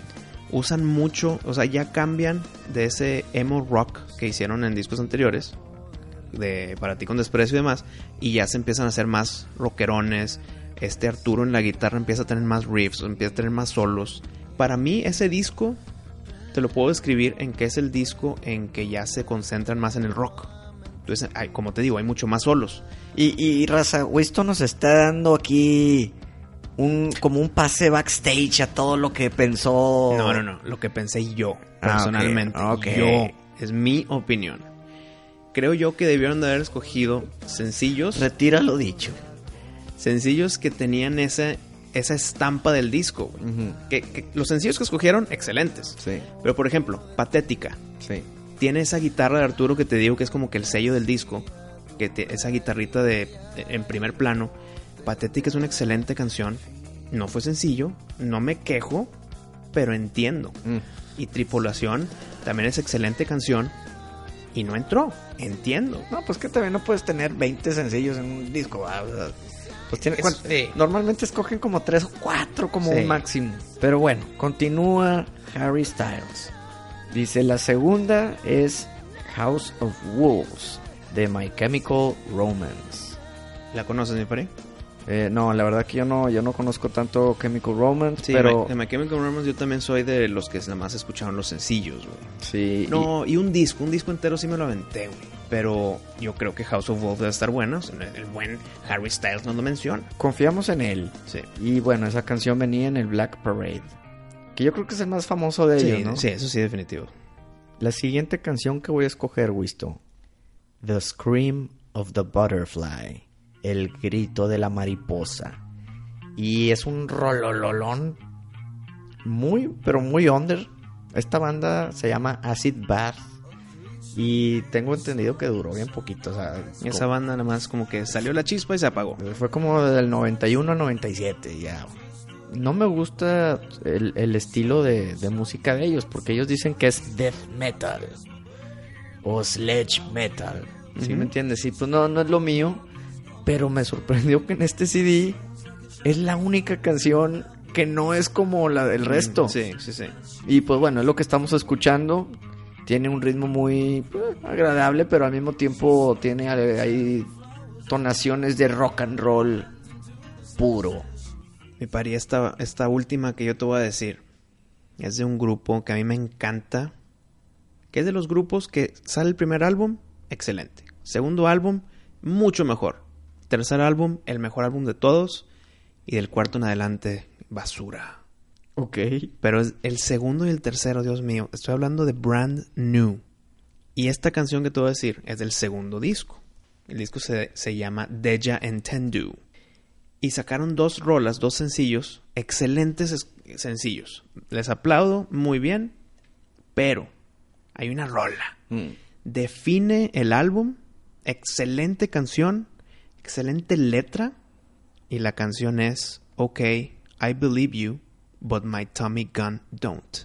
S3: Usan mucho, o sea, ya cambian de ese emo rock que hicieron en discos anteriores, de Para ti con desprecio y demás, y ya se empiezan a hacer más rockerones. Este Arturo en la guitarra empieza a tener más riffs, empieza a tener más solos. Para mí, ese disco te lo puedo describir en que es el disco en que ya se concentran más en el rock. Entonces, hay- como te digo, hay mucho más solos.
S1: Y, y Raza, Wisto nos está dando aquí un como un pase backstage a todo lo que pensó.
S3: No, no, no. Lo que pensé yo,
S1: Ah, ok,
S3: personalmente.
S1: ok.
S3: Yo. Es mi opinión. Creo yo que debieron de haber escogido sencillos.
S1: Retira lo dicho.
S3: Sencillos que tenían esa, esa estampa del disco. güey. Que- que- los sencillos que escogieron, excelentes.
S1: Sí,
S3: Pero por ejemplo, Patética.
S1: sí.
S3: Tiene esa guitarra de Arturo que te digo que es como que el sello del disco. Que te- esa guitarrita de en primer plano. Patética es una excelente canción. No fue sencillo. No me quejo. Pero entiendo
S1: Mm.
S3: y Tripulación también es excelente canción y no entró, entiendo.
S1: No, pues que también no puedes tener 20 sencillos en un disco. ¿verdad? O sea, pues tiene-
S3: Es-
S1: eh, normalmente escogen como 3 o 4 como
S3: Sí.
S1: un máximo. Pero bueno, continúa Harry Styles. Dice, la segunda es House of Wolves de My Chemical Romance.
S3: ¿La conoces, mi pari?
S1: Eh, no, la verdad que yo no, yo no conozco tanto Chemical Romance,
S3: Sí,
S1: pero
S3: pero... de My Chemical Romance yo también soy de los que nada más escucharon los sencillos, güey.
S1: sí.
S3: No, y un disco, un disco entero sí me lo aventé, güey. Pero yo creo que House of Wolves debe estar bueno. o sea, El buen Harry Styles nos lo menciona.
S1: y confiamos en él.
S3: Sí.
S1: Y bueno, esa canción venía en el Black Parade, que yo creo que es el más famoso de
S3: Sí,
S1: ellos, ¿no?
S3: sí, eso sí, definitivo.
S1: La siguiente canción que voy a escoger, Wisto. The Scream of the Butterfly. El grito de la mariposa. Y es un rolololón. Muy, pero muy under. Esta banda se llama Acid Bath. Y tengo entendido que duró bien poquito. O sea,
S3: Y esa banda nada más como que salió la chispa y se apagó.
S1: fue como del 91 a 97, ya. No me gusta el, el estilo de, de música de ellos, porque ellos dicen que es death metal o sledge metal. ¿Sí
S3: Ujú.
S1: me entiendes? Sí, pues no, no es lo mío, pero me sorprendió que en este CD es la única canción que no es como la del resto.
S3: Mm, Sí, sí, sí.
S1: Y pues bueno, es lo que estamos escuchando. Tiene un ritmo muy eh, agradable, pero al mismo tiempo tiene eh, ahí tonaciones de rock and roll puro.
S3: Mi pari, esta, esta última que yo te voy a decir es de un grupo que a mí me encanta. Que es de los grupos que sale el primer álbum, excelente. Segundo álbum, mucho mejor. Tercer álbum, el mejor álbum de todos. Y del cuarto en adelante, basura.
S1: Ok.
S3: Pero es el segundo y el tercero, Dios mío. Estoy hablando de Brand New. Y esta canción que te voy a decir es del segundo disco. El disco se, se llama Deja Entendu. Y sacaron dos rolas, dos sencillos, excelentes es- sencillos. Les aplaudo, muy bien. Pero hay una rola.
S1: Mm.
S3: Define el álbum, excelente canción, excelente letra. Y la canción es Ok, I Believe You, but my Tommy Gun don't.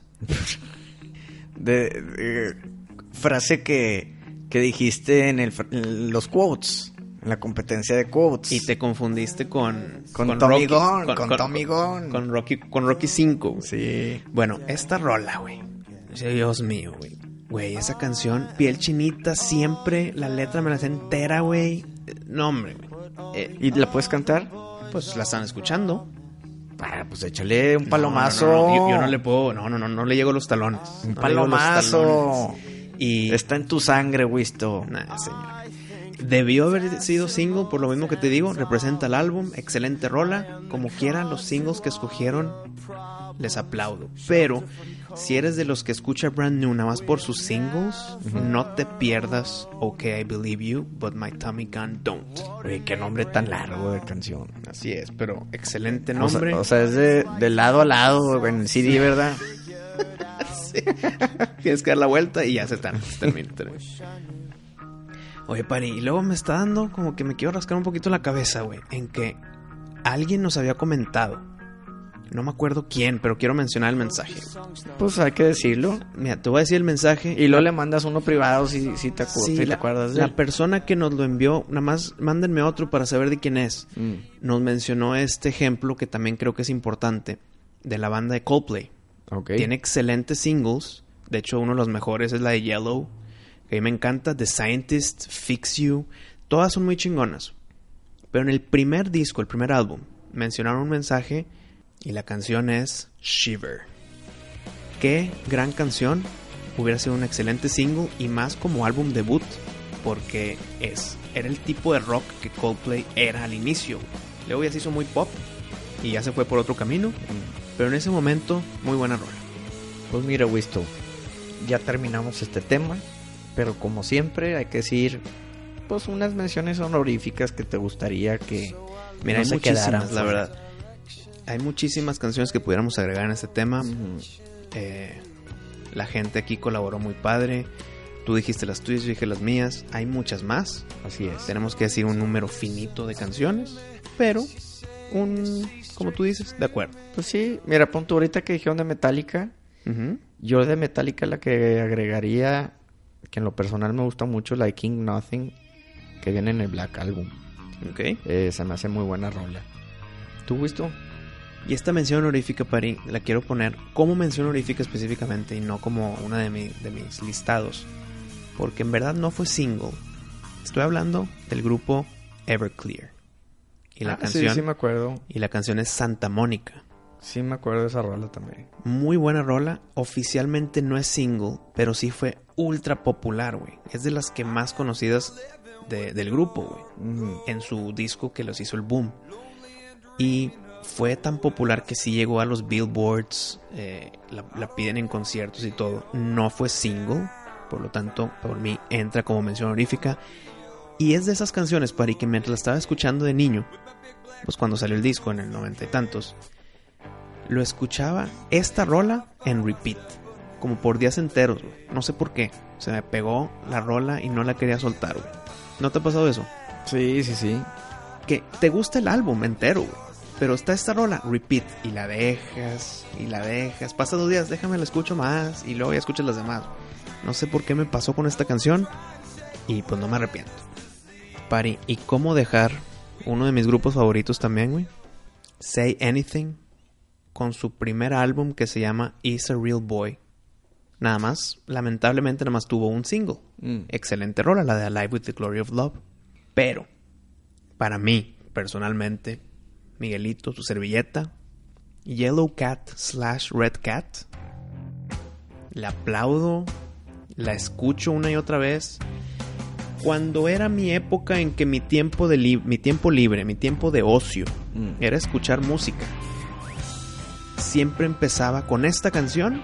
S1: frase que que dijiste en, el, en los quotes, en la competencia de quotes.
S3: Y te confundiste con...
S1: Con Tommy
S3: Rocky-
S1: Gunn, con Tommy Gunn.
S3: Con Rocky, con Rocky 5.
S1: Sí.
S3: Bueno, esta rola, güey. Sí, Dios mío, güey. Güey, esa canción, piel chinita, siempre. La letra me la sé entera, güey. Eh, No, hombre, güey. Eh,
S1: ¿Y la puedes cantar?
S3: pues la están escuchando.
S1: Ah, pues échale un
S3: No,
S1: palomazo.
S3: no, no, no, Yo, yo no le puedo, no, no, no, no le llego a los talones.
S1: Un
S3: No le llego a los
S1: palomazo.
S3: talones. Y.
S1: Está en tu sangre, Wisto.
S3: Nah, señor. Debió haber sido single, por lo mismo que te digo. Representa el álbum, excelente rola. Como quiera, los singles que escogieron, les aplaudo. Pero si eres de los que escucha Brand New nada más por sus singles, no te pierdas OK, I Believe You, but my Tommy Gun don't.
S1: Oye, qué nombre tan largo de canción.
S3: Así es, pero excelente
S1: O sea-
S3: nombre.
S1: O sea, es de, de lado a lado güey, en el CD, ¿verdad?
S3: Tienes que dar la vuelta y ya se tar- se termina. termina. Oye, Pari, y luego me está dando como que me quiero rascar un poquito la cabeza, güey, en que alguien nos había comentado. No me acuerdo quién, pero quiero mencionar el mensaje.
S1: Pues hay que decirlo.
S3: Mira, te voy a decir el mensaje.
S1: Y luego le mandas uno privado si, si te, acu-
S3: Sí,
S1: si te
S3: la,
S1: acuerdas de
S3: la
S1: él.
S3: persona que nos lo envió, nada más mándenme otro para saber de quién es.
S1: Mm.
S3: Nos mencionó este ejemplo que también creo que es importante de la banda de Coldplay.
S1: Ok.
S3: Tiene excelentes singles. De hecho, uno de los mejores es la de Yellow. Que a mí me encanta. The Scientist, Fix You. Todas son muy chingonas. Pero en el primer disco, el primer álbum, mencionaron un mensaje y la canción es Shiver. Qué gran canción. Hubiera sido un excelente single y más como álbum debut. Porque es, era el tipo de rock que Coldplay era al inicio. Luego ya se hizo muy pop y ya se fue por otro camino.
S1: Mm.
S3: Pero en ese momento, muy buena rola.
S1: Pues mira, Wisto, ya terminamos este tema. Pero como siempre, hay que decir pues unas menciones honoríficas que te gustaría que
S3: Mira,
S1: no
S3: hay
S1: se
S3: muchísimas,
S1: quedaran
S3: la
S1: fuera.
S3: verdad. Hay muchísimas canciones que pudiéramos agregar en este tema.
S1: Mm.
S3: Eh, la gente aquí colaboró muy padre. Tú dijiste las tuyas, yo dije las mías. Hay muchas más.
S1: Así es.
S3: Tenemos que decir un número finito de canciones, pero un, como tú dices, de acuerdo.
S1: Pues sí, mira, pon tú ahorita que dijeron de Metallica.
S3: Ujú.
S1: Yo de Metallica la que agregaría, que en lo personal me gusta mucho, la de King Nothing, que viene en el Black Album.
S3: Ok.
S1: Eh, se me hace muy buena rola. ¿Tú, Wisto?
S3: Y esta mención honorífica, Pari, la quiero poner como mención honorífica específicamente y no como una de, mi- de mis listados. Porque en verdad no fue single. Estoy hablando del grupo Everclear. Y la,
S1: Ah, sí,
S3: canción,
S1: Sí, me acuerdo.
S3: y la canción es Santa Mónica.
S1: Sí, me acuerdo de esa rola también.
S3: Muy buena rola. Oficialmente no es single, pero sí fue ultra popular, güey. Es de las que más conocidas de- del grupo, güey
S1: Ujú.
S3: en su disco que los hizo el boom. Y fue tan popular que sí llegó a los billboards, eh, la, la piden en conciertos y todo. No fue single, por lo tanto, por mí entra como mención honorífica. Y es de esas canciones, Pari, que mientras la estaba escuchando de niño, pues cuando salió el disco en el noventa y tantos, lo escuchaba esta rola en repeat, como por días enteros, güey. No sé por qué, se me pegó la rola y no la quería soltar, güey. ¿No te ha pasado eso?
S1: Sí, sí, sí.
S3: que te gusta el álbum entero, güey, Pero está esta rola, repeat, y la dejas, y la dejas. Pasa dos días, déjame la escucho más, y luego ya escuchas las demás. No sé por qué me pasó con esta canción, y pues no me arrepiento. Pari, ¿y cómo dejar uno de mis grupos favoritos también, güey? Say Anything, con su primer álbum que se llama Is a Real Boy. Nada más, lamentablemente nada más tuvo un single.
S1: Mm.
S3: Excelente rola, la de Alive with the Glory of Love. Pero, para mí, personalmente, Miguelito, su servilleta, Yellow Cat slash Red Cat, la aplaudo, la escucho una y otra vez. Cuando era mi época en que mi tiempo, de lib- mi tiempo libre, mi tiempo de ocio,
S1: Mm.
S3: era escuchar música. Siempre empezaba con esta canción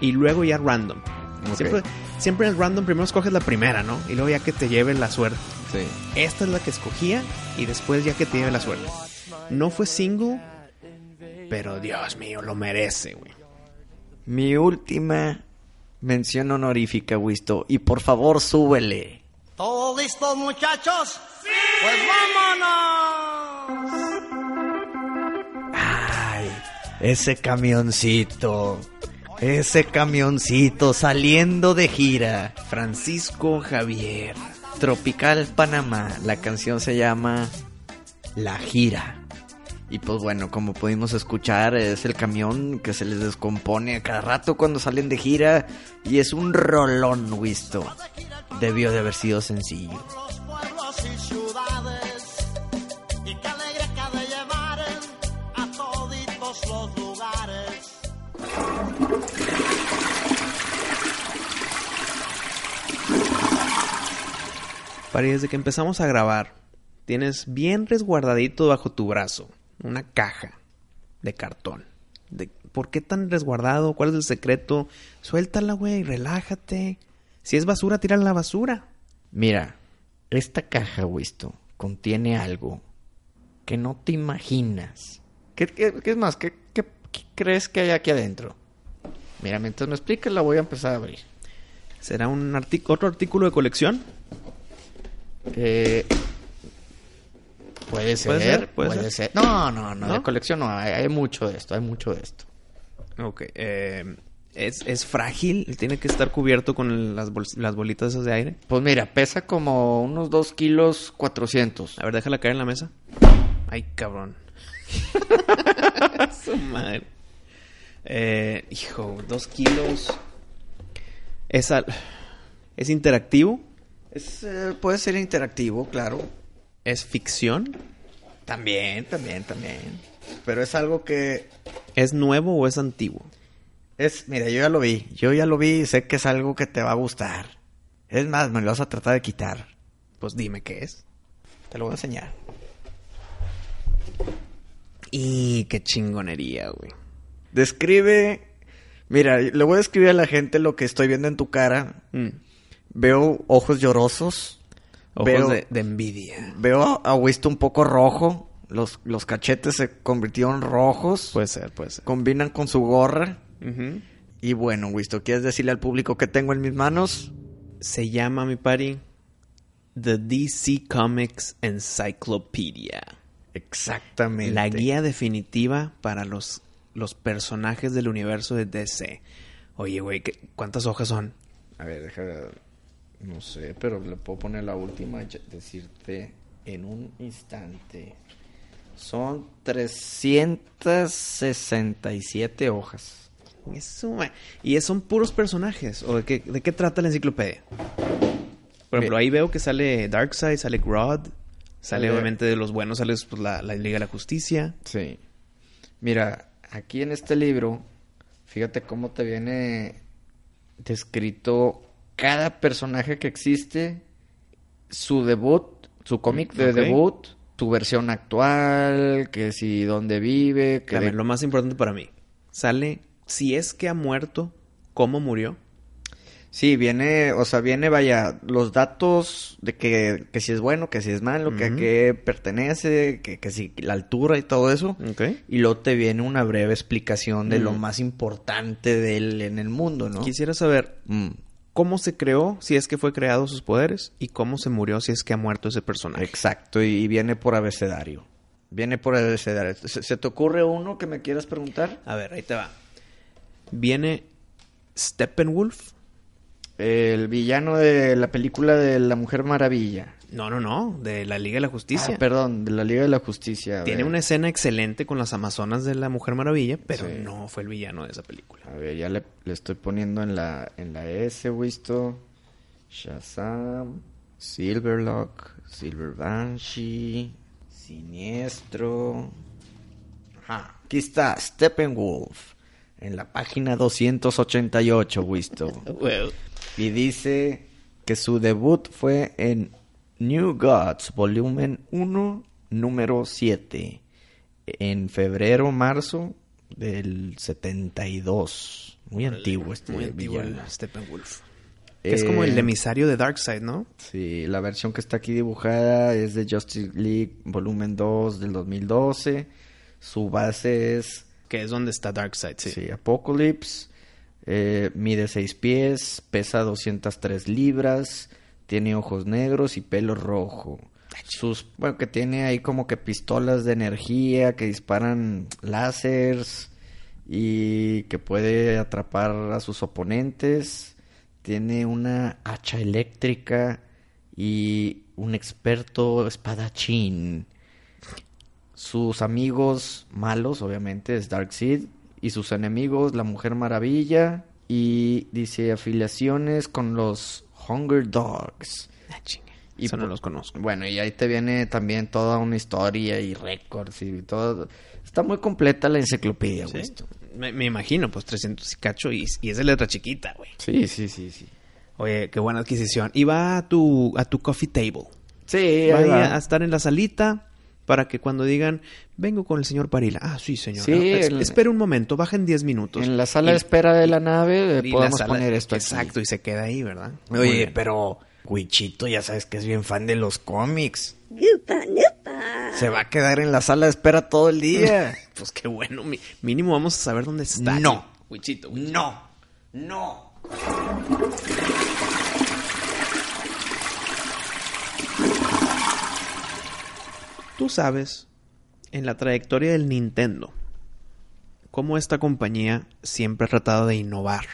S3: y luego ya random.
S1: Ok.
S3: Siempre, siempre en el random primero escoges la primera, ¿no? Y luego ya que te lleve la suerte.
S1: Sí.
S3: Esta es la que escogía y después ya que te lleve la suerte. No fue single, pero Dios mío, lo merece, güey.
S1: Mi última mención honorífica, Wisto. Y por favor, súbele.
S4: ¿Todos listos, muchachos? ¡Sí! ¡Pues vámonos!
S1: Ay, ese camioncito. Ese camioncito saliendo de gira.
S3: Francisco Javier.
S1: Tropical Panamá. La canción se llama La Gira. Y pues bueno, como pudimos escuchar, es el camión que se les descompone a cada rato cuando salen de gira. Y es un rolón, Wisto. Debió de haber sido sencillo.
S4: los pueblos y ciudades y qué alegría que ha de llevar a toditos los lugares.
S3: Pari, desde que empezamos a grabar, tienes bien resguardadito bajo tu brazo una caja de cartón. De- ¿Por qué tan resguardado? ¿Cuál es el secreto? Suéltala, güey, relájate. Si es basura, tírala a la basura.
S1: Mira, esta caja, Wisto, contiene algo que no te imaginas. ¿Qué, qué- qué es más? ¿Qué, qué- qué crees que hay aquí adentro? Mira, mientras me expliques la voy a empezar a abrir.
S3: ¿Será un artic- otro artículo de colección?
S1: Eh, puede ser, puede ser,
S3: puede
S1: ser. No, no, no, de
S3: ¿No?
S1: colección no, hay, hay mucho de esto, hay mucho de esto.
S3: Ok. eh, es, es frágil, tiene que estar cubierto con el- las, bols- las bolitas esas de aire.
S1: Pues mira, pesa como unos 2 kilos 400.
S3: A ver, déjala caer en la mesa. Ay, cabrón. Su madre. Eh, hijo, dos kilos. Es, al- es interactivo,
S1: Es, eh, puede ser interactivo, claro.
S3: es ficción,
S1: También, también, también. Pero es algo que
S3: es nuevo o es antiguo.
S1: Es, mira, yo ya lo vi, yo ya lo vi y sé que es algo que te va a gustar. Es más, me lo vas a tratar de quitar.
S3: Pues dime qué es.
S1: Te lo voy a enseñar.
S3: Y qué chingonería, güey.
S1: Describe, mira, le voy a describir a la gente lo que estoy viendo en tu cara.
S3: Mm.
S1: Veo ojos llorosos,
S3: Ojos
S1: Veo-
S3: de, de envidia.
S1: veo a Wisto un poco rojo, los, los cachetes se convirtieron rojos,
S3: Puede ser, puede ser.
S1: combinan con su gorra.
S3: Ujú.
S1: Y bueno, Wisto, ¿quieres decirle al público que tengo en mis manos?
S3: Se llama, mi pari, The DC Comics Encyclopedia.
S1: Exactamente.
S3: La guía definitiva para los, los personajes del universo de DC. Oye, güey, ¿qué- ¿cuántas hojas son?
S1: A ver, déjame. No sé, pero le puedo poner la última y ya- decirte en un instante. Son 367 hojas.
S3: Eso, güey. y es- son puros personajes. ¿O de qué, de qué trata la enciclopedia? Por ejemplo,
S1: Ve-
S3: ahí veo que sale Darkseid, sale Grodd, sale
S1: Sale-
S3: obviamente de los buenos, sale pues, la, la Liga de la Justicia.
S1: Sí. Mira, aquí en este libro, fíjate cómo te viene descrito cada personaje que existe, su debut, su cómic de
S3: Ok.
S1: debut, su versión actual, que si dónde vive, que de
S3: También lo más importante para mí. Sale, si es que ha muerto, cómo murió.
S1: Sí, viene, o sea, viene, vaya, los datos de que, que si es bueno, que si es malo, que a
S3: Ujú.
S1: qué pertenece, que, que si la altura y todo eso.
S3: Ok.
S1: Y luego te viene una breve explicación de lo
S3: Mm.
S1: más importante de él en el mundo, ¿no?
S3: Quisiera saber,
S1: Mm,
S3: cómo se creó, si es que fue creado sus poderes, y cómo se murió, si es que ha muerto ese personaje.
S1: exacto, y, y viene por abecedario. Viene por abecedario. ¿Se, se te ocurre uno que me quieras preguntar?
S3: A ver, ahí te va. Viene Steppenwolf.
S1: El villano de la película de La Mujer Maravilla.
S3: No, no, no, de la Liga de la Justicia.
S1: Ah, perdón, de la Liga de la Justicia. a
S3: Tiene
S1: ver.
S3: una escena excelente con las Amazonas de la Mujer Maravilla, pero
S1: Sí.
S3: no fue el villano de esa película.
S1: A ver, ya le, le estoy poniendo en la, en la S, Wisto. Shazam, Silverlock, Silver Banshee, Siniestro. Ajá, aquí está Steppenwolf en la página 288, Wisto. Y dice que su debut fue en New Gods, volumen 1, número 7, en febrero-marzo del 72. Muy antiguo este
S3: Muy antiguo el
S1: villano.
S3: Steppenwolf. Que es como
S1: Eh,
S3: el emisario de Darkseid, ¿no?
S1: Sí, la versión que está aquí dibujada es de Justice League, volumen 2 del 2012. Su base es
S3: Que es donde está Darkseid, sí.
S1: Sí, Apocalypse. eh, mide 6 pies, pesa 203 libras, tiene ojos negros y pelo rojo. Sus, bueno, que tiene ahí como que pistolas de energía que disparan láseres y que puede atrapar a sus oponentes. Tiene una hacha eléctrica y un experto espadachín. Sus amigos malos, obviamente, es Darkseid. Y sus enemigos, la Mujer Maravilla. Y dice afiliaciones con los Hunger Dogs.
S3: Ah, chinga.
S1: Y
S3: Eso no
S1: por-
S3: los conozco.
S1: Bueno, y ahí te viene también toda una historia y récords y todo. Está muy completa la enciclopedia, güey.
S3: Sí. Me, me imagino, pues 300 y cacho y, y es de letra chiquita, güey.
S1: Sí, sí, sí, sí.
S3: Oye, qué buena adquisición. Y va a tu, a tu coffee table.
S1: Sí,
S3: va
S1: ahí
S3: ahí
S1: va.
S3: a, a estar en la salita para que cuando digan, vengo con el señor Parila. Ah, sí, señor.
S1: Sí,
S3: Ah, es-
S1: el-
S3: Espere un momento, bajen 10 minutos.
S1: en la sala
S3: Y-
S1: de espera de la nave eh,
S3: y la
S1: podemos
S3: sala-
S1: poner esto aquí.
S3: Exacto, y se queda ahí, ¿verdad? Muy
S1: Oye,
S3: bien.
S1: pero Huichito ya sabes que es bien fan de los cómics. Se va a quedar en la sala de espera todo el día.
S3: Pues qué bueno, mi- mínimo vamos a saber dónde está.
S1: No.
S3: Huichito, güey.
S1: no, no.
S3: Tú sabes, en la trayectoria del Nintendo, cómo esta compañía siempre ha tratado de innovar,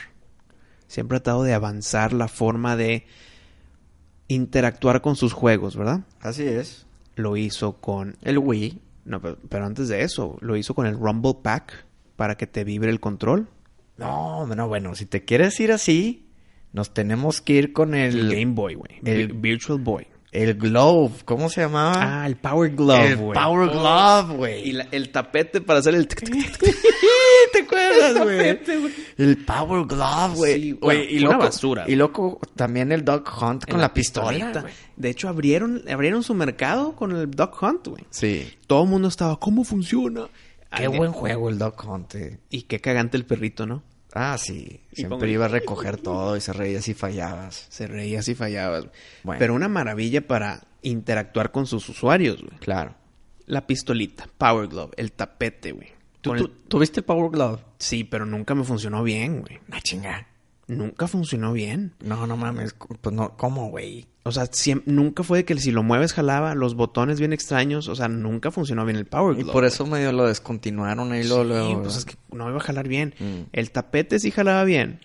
S3: siempre ha tratado de avanzar la forma de interactuar con sus juegos, ¿verdad?
S1: Así es.
S3: Lo hizo con...
S1: El Wii.
S3: No, pero, pero antes de eso, lo hizo con el Rumble Pack para que te vibre el control.
S1: No, no, bueno, si te quieres ir así, nos tenemos que ir con el,
S3: El Game Boy, güey.
S1: el-
S3: Vi- Virtual Boy.
S1: el Glove. ¿Cómo se llamaba?
S3: el Power
S1: el Power Glove, güey.
S3: Y la- el tapete para hacer el... tic, tic, tic, tic.
S1: ¿Te acuerdas, güey? El Power Glove, güey.
S3: Sí,
S1: Güey,
S3: bueno,
S1: y
S3: una
S1: loco,
S3: basura.
S1: Y loco, también el Dog Hunt con la,
S3: pistolita.
S1: pistola. güey.
S3: De hecho, abrieron, abrieron su mercado con el Duck Hunt, güey.
S1: Sí.
S3: Todo el mundo estaba, ¿cómo funciona?
S1: Qué
S3: Ah,
S1: buen juego el Dog Hunt. eh.
S3: Y qué cagante el perrito, ¿no?
S1: Ah, sí.
S3: Y
S1: Siempre
S3: pongo-
S1: iba a recoger todo y se reía si fallabas.
S3: Se reía si fallabas. güey.
S1: Bueno.
S3: Pero una maravilla para interactuar con sus usuarios, güey.
S1: Claro.
S3: La pistolita, Power Glove, el tapete, güey.
S1: ¿Tú,
S3: Con el-
S1: tú- tuviste el Power Glove?
S3: Sí, pero nunca me funcionó bien, güey.
S1: Una chinga.
S3: Nunca funcionó bien.
S1: No, no mames. cu- Pues no, ¿cómo, güey?
S3: O sea, siem- nunca fue de que si lo mueves jalaba, los botones bien extraños. O sea, nunca funcionó bien el Power
S1: Y
S3: Glove.
S1: por eso medio lo descontinuaron ahí luego.
S3: Sí,
S1: luego,
S3: pues
S1: ¿verdad?
S3: es que no iba a jalar bien.
S1: Mm.
S3: El tapete sí jalaba bien,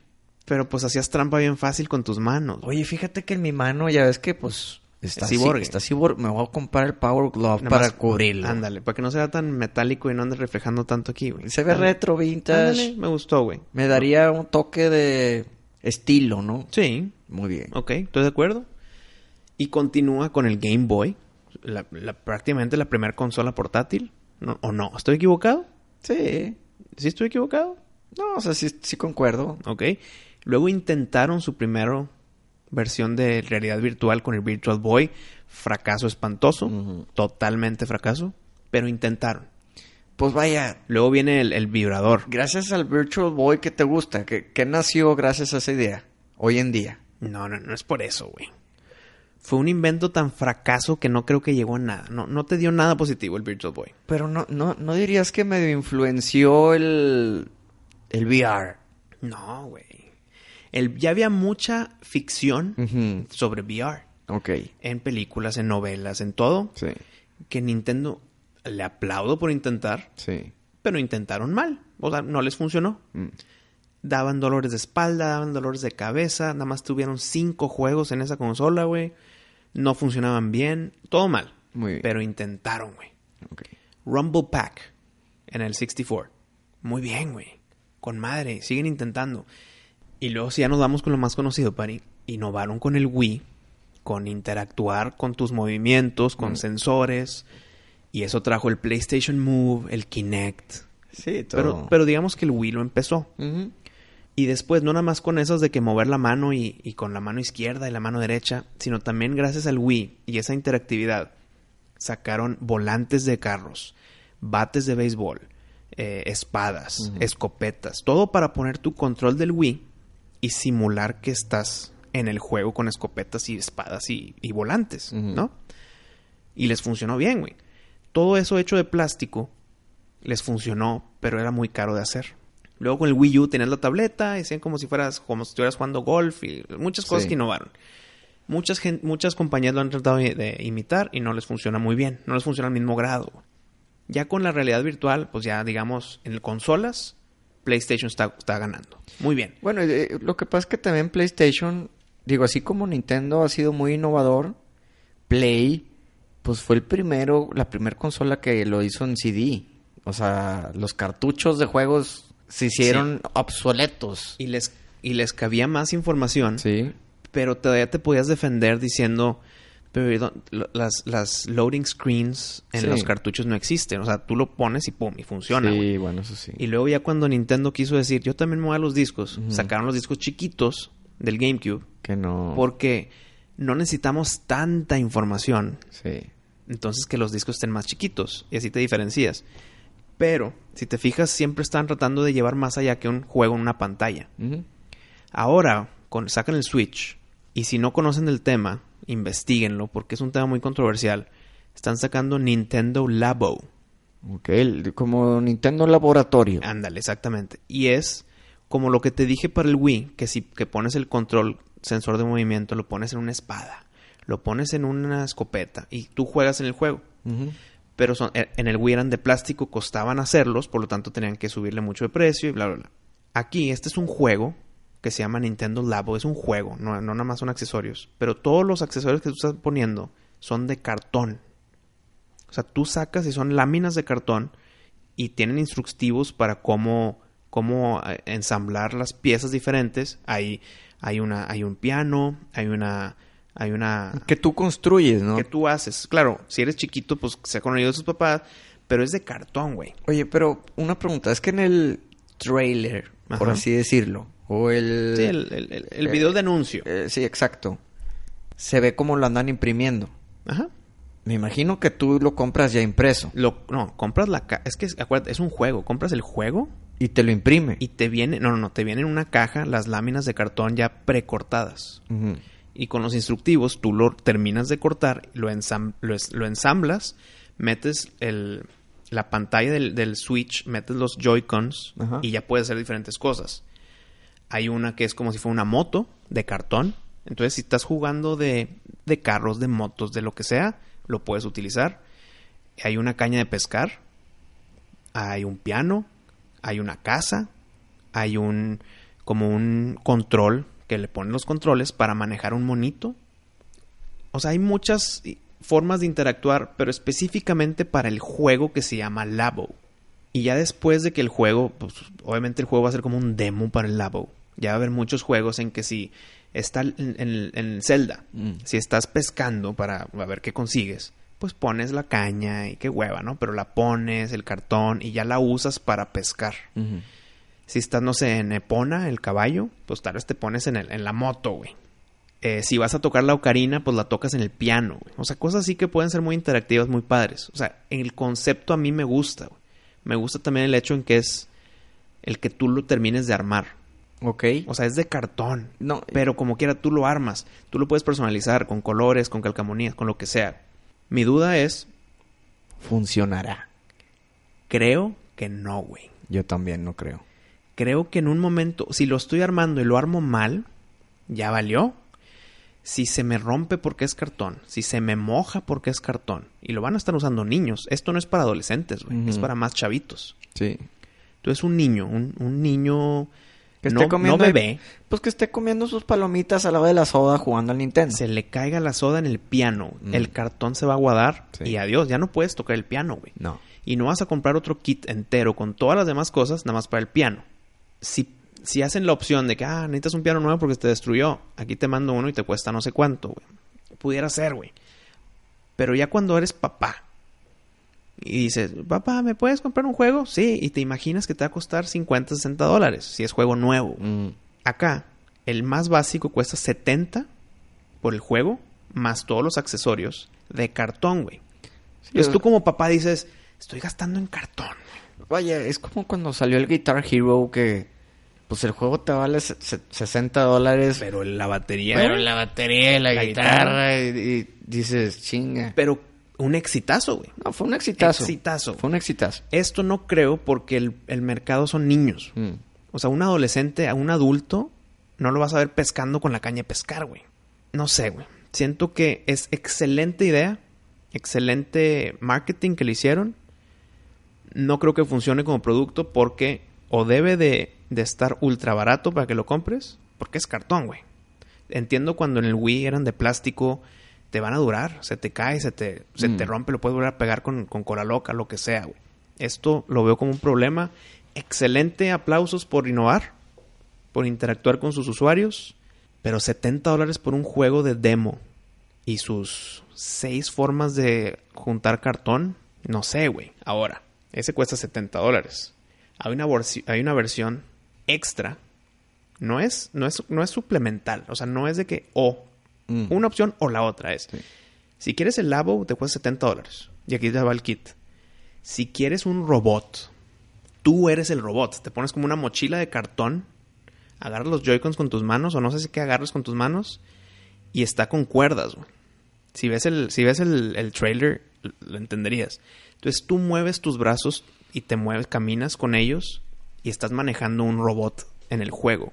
S3: pero pues hacías trampa bien fácil con tus manos.
S1: Oye, fíjate que en mi mano ya ves que, pues... Está
S3: Es
S1: cyborg.
S3: ciborgue.
S1: Está cyborg. Me voy a comprar el Power Glove
S3: Nada
S1: para
S3: más-
S1: cubrirlo.
S3: Ándale, para que no sea tan metálico y no ande reflejando tanto aquí, güey.
S1: Se ve
S3: Ándale.
S1: retro, vintage.
S3: Ándale, me gustó, güey.
S1: Me daría un toque de estilo, ¿no?
S3: Sí,
S1: Muy bien.
S3: ok, estoy de acuerdo. Y continúa con el Game Boy, la- la- prácticamente la primera consola portátil. No- ¿O no? ¿Estoy equivocado?
S1: Sí.
S3: ¿Sí estoy equivocado?
S1: No, o sea, sí, sí concuerdo.
S3: Ok. Luego intentaron su primera versión de realidad virtual con el Virtual Boy. Fracaso espantoso.
S1: Ujú.
S3: Totalmente fracaso. Pero intentaron.
S1: Pues vaya,
S3: Luego viene el, el vibrador.
S1: gracias al Virtual Boy que te gusta, que, que nació gracias a esa idea, hoy en día.
S3: No, no, no es por eso, güey. Fue un invento tan fracaso que no creo que llegó a nada. No, no te dio nada positivo el Virtual Boy.
S1: Pero no, no, no dirías que medio influenció el, el VR.
S3: No, güey. El- ya había mucha ficción
S1: Ujú.
S3: sobre VR.
S1: Ok.
S3: En películas, en novelas, en todo.
S1: Sí,
S3: Que Nintendo le aplaudo por intentar.
S1: sí.
S3: pero intentaron mal. O sea, no les funcionó.
S1: Mm.
S3: Daban dolores de espalda, daban dolores de cabeza. Nada más tuvieron cinco juegos en esa consola, güey. No funcionaban bien. Todo mal.
S1: Muy bien.
S3: Pero intentaron, güey.
S1: Ok.
S3: Rumble Pack en el 64. Muy bien, güey. Con madre. Siguen intentando. Y luego si ya nos vamos con lo más conocido, Pari. Innovaron con el Wii. Con interactuar con tus movimientos,
S1: Mm.
S3: con sensores. Y eso trajo el PlayStation Move, el Kinect.
S1: Sí,
S3: Pero, pero digamos que el Wii lo empezó.
S1: Ujú.
S3: Y después, no nada más con esas de que mover la mano y, y con la mano izquierda y la mano derecha, sino también gracias al Wii y esa interactividad, sacaron volantes de carros, bates de béisbol, eh, espadas,
S1: Ujú.
S3: escopetas, todo para poner tu control del Wii y simular que estás en el juego con escopetas y espadas y, y volantes,
S1: Ujú.
S3: ¿no? Y les funcionó bien, güey. Todo eso hecho de plástico les funcionó, pero era muy caro de hacer. Luego con el Wii U tenías la tableta, y hacían como si fueras, como si estuvieras jugando golf y muchas cosas
S1: Sí.
S3: que innovaron. Muchas, gen- muchas compañías lo han tratado de- de imitar y no les funciona muy bien, no les funciona al mismo grado. Ya con la realidad virtual, pues ya digamos en consolas, PlayStation está, está ganando. Muy bien.
S1: Bueno, eh, lo que pasa es que también PlayStation, digo, así como Nintendo ha sido muy innovador, Play, pues fue el primero, la primera consola que lo hizo en CD. O sea, los cartuchos de juegos se hicieron obsoletos.
S3: Y les, y les cabía más información,
S1: Sí.
S3: pero todavía te podías defender diciendo, "Pero, ¿y dó- lo- las, las loading screens en
S1: Sí.
S3: los cartuchos no existen. O sea, tú lo pones y pum, y funciona. güey.
S1: bueno, eso sí.
S3: Y luego ya cuando Nintendo quiso decir, yo también me voy a los discos,
S1: Ujú.
S3: sacaron los discos chiquitos del GameCube
S1: que no.
S3: porque no necesitamos tanta información.
S1: Sí.
S3: Entonces que los discos estén más chiquitos y así te diferencias. Pero, si te fijas, siempre están tratando de llevar más allá que un juego en una pantalla.
S1: Ujú.
S3: Ahora con, sacan el Switch y si no conocen el tema, investiguenlo porque es un tema muy controversial. Están sacando Nintendo Labo.
S1: Ok, el- como Nintendo Laboratorio.
S3: Ándale, exactamente. Y es como lo que te dije para el Wii, que si que pones el control sensor de movimiento, lo pones en una espada, lo pones en una escopeta y tú juegas en el juego.
S1: Ujú.
S3: Pero son- e- en el Wii eran de plástico, costaban hacerlos, por lo tanto tenían que subirle mucho de precio y bla, bla, bla. Aquí, este es un juego que se llama Nintendo Labo, es un juego, no, no nada más son accesorios. Pero todos los accesorios que tú estás poniendo son de cartón. O sea, tú sacas y son láminas de cartón y tienen instructivos para cómo, cómo eh, ensamblar las piezas diferentes. Hay, hay, una, hay un piano, hay una... Hay una
S1: Que tú construyes, ¿no?
S3: que tú haces. Claro, si eres chiquito, pues sea con la ayuda de sus papás, pero es de cartón, güey.
S1: Oye, pero una pregunta, es que en el trailer, por
S3: Ajá.
S1: así decirlo, o el...
S3: Sí, el, el- el- el video de anuncio.
S1: eh, sí, exacto. Se ve como lo andan imprimiendo.
S3: Ajá.
S1: Me imagino que tú lo compras ya impreso
S3: Lo, no, compras la caja. Es que, es- acuérdate, es un juego. Compras el juego
S1: y te lo imprime.
S3: y te viene. No, no, no. Te viene en una caja las láminas de cartón ya precortadas.
S1: Ujú.
S3: Y con los instructivos, tú lo terminas de cortar, lo, ensam- lo, es- lo ensamblas, metes el, la pantalla del, del Switch, metes los Joy-Cons
S1: Ajá.
S3: y ya puedes hacer diferentes cosas. Hay una que es como si fuera una moto de cartón. Entonces, si estás jugando de, de carros, de motos, de lo que sea, lo puedes utilizar. Hay una caña de pescar. Hay un piano. Hay una casa. Hay un. como un control que le ponen los controles para manejar un monito. O sea, hay muchas i- formas de interactuar, pero específicamente para el juego que se llama Labo. Y ya después de que el juego, pues, obviamente el juego va a ser como un demo para el Labo. Ya va a haber muchos juegos en que si está en, en- en Zelda,
S1: Mm.
S3: si estás pescando para a ver qué consigues, pues pones la caña y qué hueva, ¿no? Pero la pones, el cartón y ya la usas para pescar.
S1: Ujú.
S3: Si estás, no sé, en Epona, el caballo, pues tal vez te pones en, el- en la moto, güey. Eh, si vas a tocar la ocarina, pues la tocas en el piano, güey. O sea, cosas así que pueden ser muy interactivas, muy padres. O sea, el concepto a mí me gusta, güey. Me gusta también el hecho en que es el que tú lo termines de armar.
S1: Ok.
S3: O sea, es de cartón.
S1: No,
S3: Pero como quiera, tú lo armas. Tú lo puedes personalizar con colores, con calcamonías, con lo que sea. Mi duda es,
S1: funcionará.
S3: creo que no, güey.
S1: Yo también no creo.
S3: creo que en un momento, si lo estoy armando y lo armo mal, ya valió. Si se me rompe porque es cartón, si se me moja porque es cartón, y lo van a estar usando niños, esto no es para adolescentes, güey, es
S1: Ujú.
S3: para más chavitos.
S1: Sí.
S3: Entonces un niño, un, un niño
S1: Que
S3: no,
S1: esté comiendo
S3: no bebé,
S1: Pues que esté comiendo sus palomitas al lado de la soda jugando al Nintendo.
S3: se le caiga la soda en el piano,
S1: Mm.
S3: el cartón se va a aguadar
S1: Sí.
S3: y adiós, ya no puedes tocar el piano, güey.
S1: No.
S3: y no vas a comprar otro kit entero con todas las demás cosas, nada más para el piano. Si, si hacen la opción de que, ah, necesitas un piano nuevo porque te destruyó, aquí te mando uno y te cuesta no sé cuánto, güey. Pudiera ser, güey. Pero ya cuando eres papá y dices, papá, ¿me puedes comprar un juego? Sí, y te imaginas que te va a costar 50, 60 dólares si es juego nuevo.
S1: Mm.
S3: Acá, el más básico cuesta 70 por el juego, más todos los accesorios de cartón, güey. Entonces tú como papá dices, estoy gastando en cartón.
S1: Vaya, es como cuando salió el Guitar Hero que... Pues el juego te vale se- se- 60 dólares.
S3: Pero la batería.
S1: Pero la batería y la,
S3: La
S1: guitarra,
S3: guitarra.
S1: Y, y dices, chinga.
S3: Pero un exitazo, güey.
S1: No, fue un exitazo.
S3: Exitazo.
S1: Fue un exitazo.
S3: Esto no creo porque el, el mercado son niños.
S1: Mm.
S3: O sea, un adolescente a un adulto no lo vas a ver pescando con la caña de pescar, güey. No sé, güey. Siento que es excelente idea, excelente marketing que le hicieron. No creo que funcione como producto porque o debe de, de estar ultra barato para que lo compres, porque es cartón, güey. Entiendo cuando en el Wii eran de plástico, te van a durar, se te cae, se te, se
S5: Mm.
S3: te rompe, lo puedes volver a pegar con, con cola loca, lo que sea, güey. Esto lo veo como un problema. Excelente aplausos por innovar, por interactuar con sus usuarios, pero 70 dólares por un juego de demo y sus seis formas de juntar cartón, no sé, güey. Ahora, ese cuesta 70 dólares. Hay una, vorsi- hay una versión extra. No es, no, es, no es suplemental. O sea, no es de que o
S5: Mm.
S3: una opción o la otra es.
S5: Sí.
S3: Si quieres el Labo, te cuesta 70 dólares. Y aquí te va el kit. Si quieres un robot, tú eres el robot. Te pones como una mochila de cartón, agarras los Joy-Cons con tus manos, o no sé si qué agarras con tus manos, y está con cuerdas, güey. Si ves el, si ves el, el trailer, l- lo entenderías. Entonces tú mueves tus brazos y te mueves, caminas con ellos y estás manejando un robot en el juego.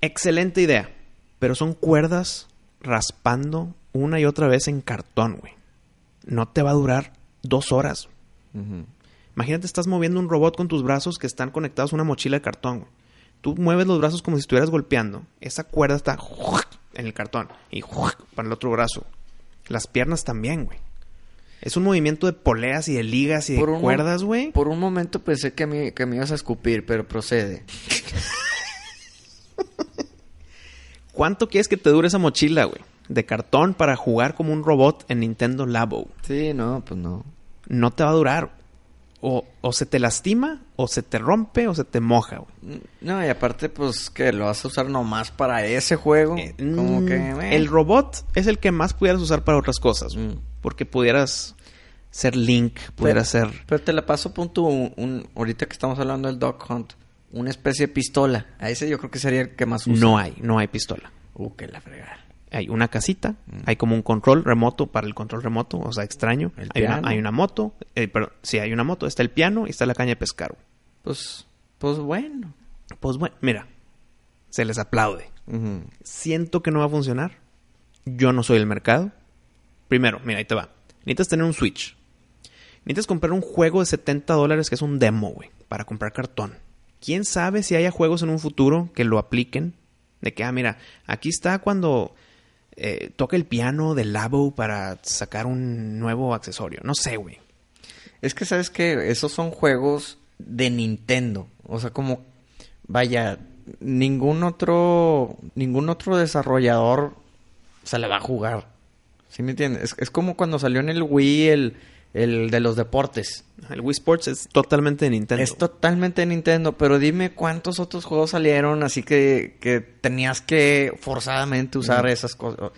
S3: Excelente idea. Pero son cuerdas raspando una y otra vez en cartón, güey. No te va a durar dos horas.
S5: Ujú.
S3: Imagínate, estás moviendo un robot con tus brazos que están conectados a una mochila de cartón. güey. Tú mueves los brazos como si estuvieras golpeando. Esa cuerda está en el cartón y para el otro brazo. Las piernas también, güey. Es un movimiento de poleas y de ligas y de
S5: Por un mo-
S3: cuerdas, güey.
S5: Por un momento pensé que me, que me ibas a escupir, pero procede.
S3: ¿Cuánto quieres que te dure esa mochila, güey? De cartón para jugar como un robot en Nintendo Labo.
S5: Sí, no, pues no.
S3: No te va a durar. O, o se te lastima, o se te rompe, o se te moja, güey.
S5: No, y aparte, pues que lo vas a usar nomás para ese juego.
S3: Eh,
S5: como
S3: mm,
S5: que. bueno.
S3: El robot es el que más pudieras usar para otras cosas. güey.
S5: Mm.
S3: Porque pudieras ser Link, pudieras
S5: pero,
S3: ser...
S5: Pero te la paso punto un, un- Ahorita que estamos hablando del Dog Hunt. Una especie de pistola. A ese yo creo que sería el que más usa.
S3: No hay, no hay pistola.
S5: Uh, que la fregada.
S3: Hay una casita,
S5: Mm.
S3: hay como un control remoto para el control remoto, o sea, extraño.
S5: El
S3: Hay una,
S5: piano.
S3: hay una moto, eh, perdón, sí, hay una moto, está el piano y está la caña de pescar. güey.
S5: Pues. Pues bueno.
S3: Pues bueno, mira, se les aplaude.
S5: Ujú.
S3: Siento que no va a funcionar. Yo no soy el mercado. Primero, mira, ahí te va. Necesitas tener un Switch. Necesitas comprar un juego de 70 dólares que es un demo, güey, para comprar cartón. ¿Quién sabe si haya juegos en un futuro que lo apliquen? De que, ah, mira, aquí está cuando eh, toca el piano del Labo para sacar un nuevo accesorio. No sé, güey.
S5: Es que sabes que esos son juegos de Nintendo. O sea, como vaya, ningún otro, ningún otro desarrollador se la va a jugar. ¿Sí me entiendes? Es, es como cuando salió en el Wii el, el de los deportes.
S3: El Wii Sports es totalmente de Nintendo.
S5: Es totalmente de Nintendo, pero dime cuántos otros juegos salieron así que, que tenías que forzadamente usar esas cosas.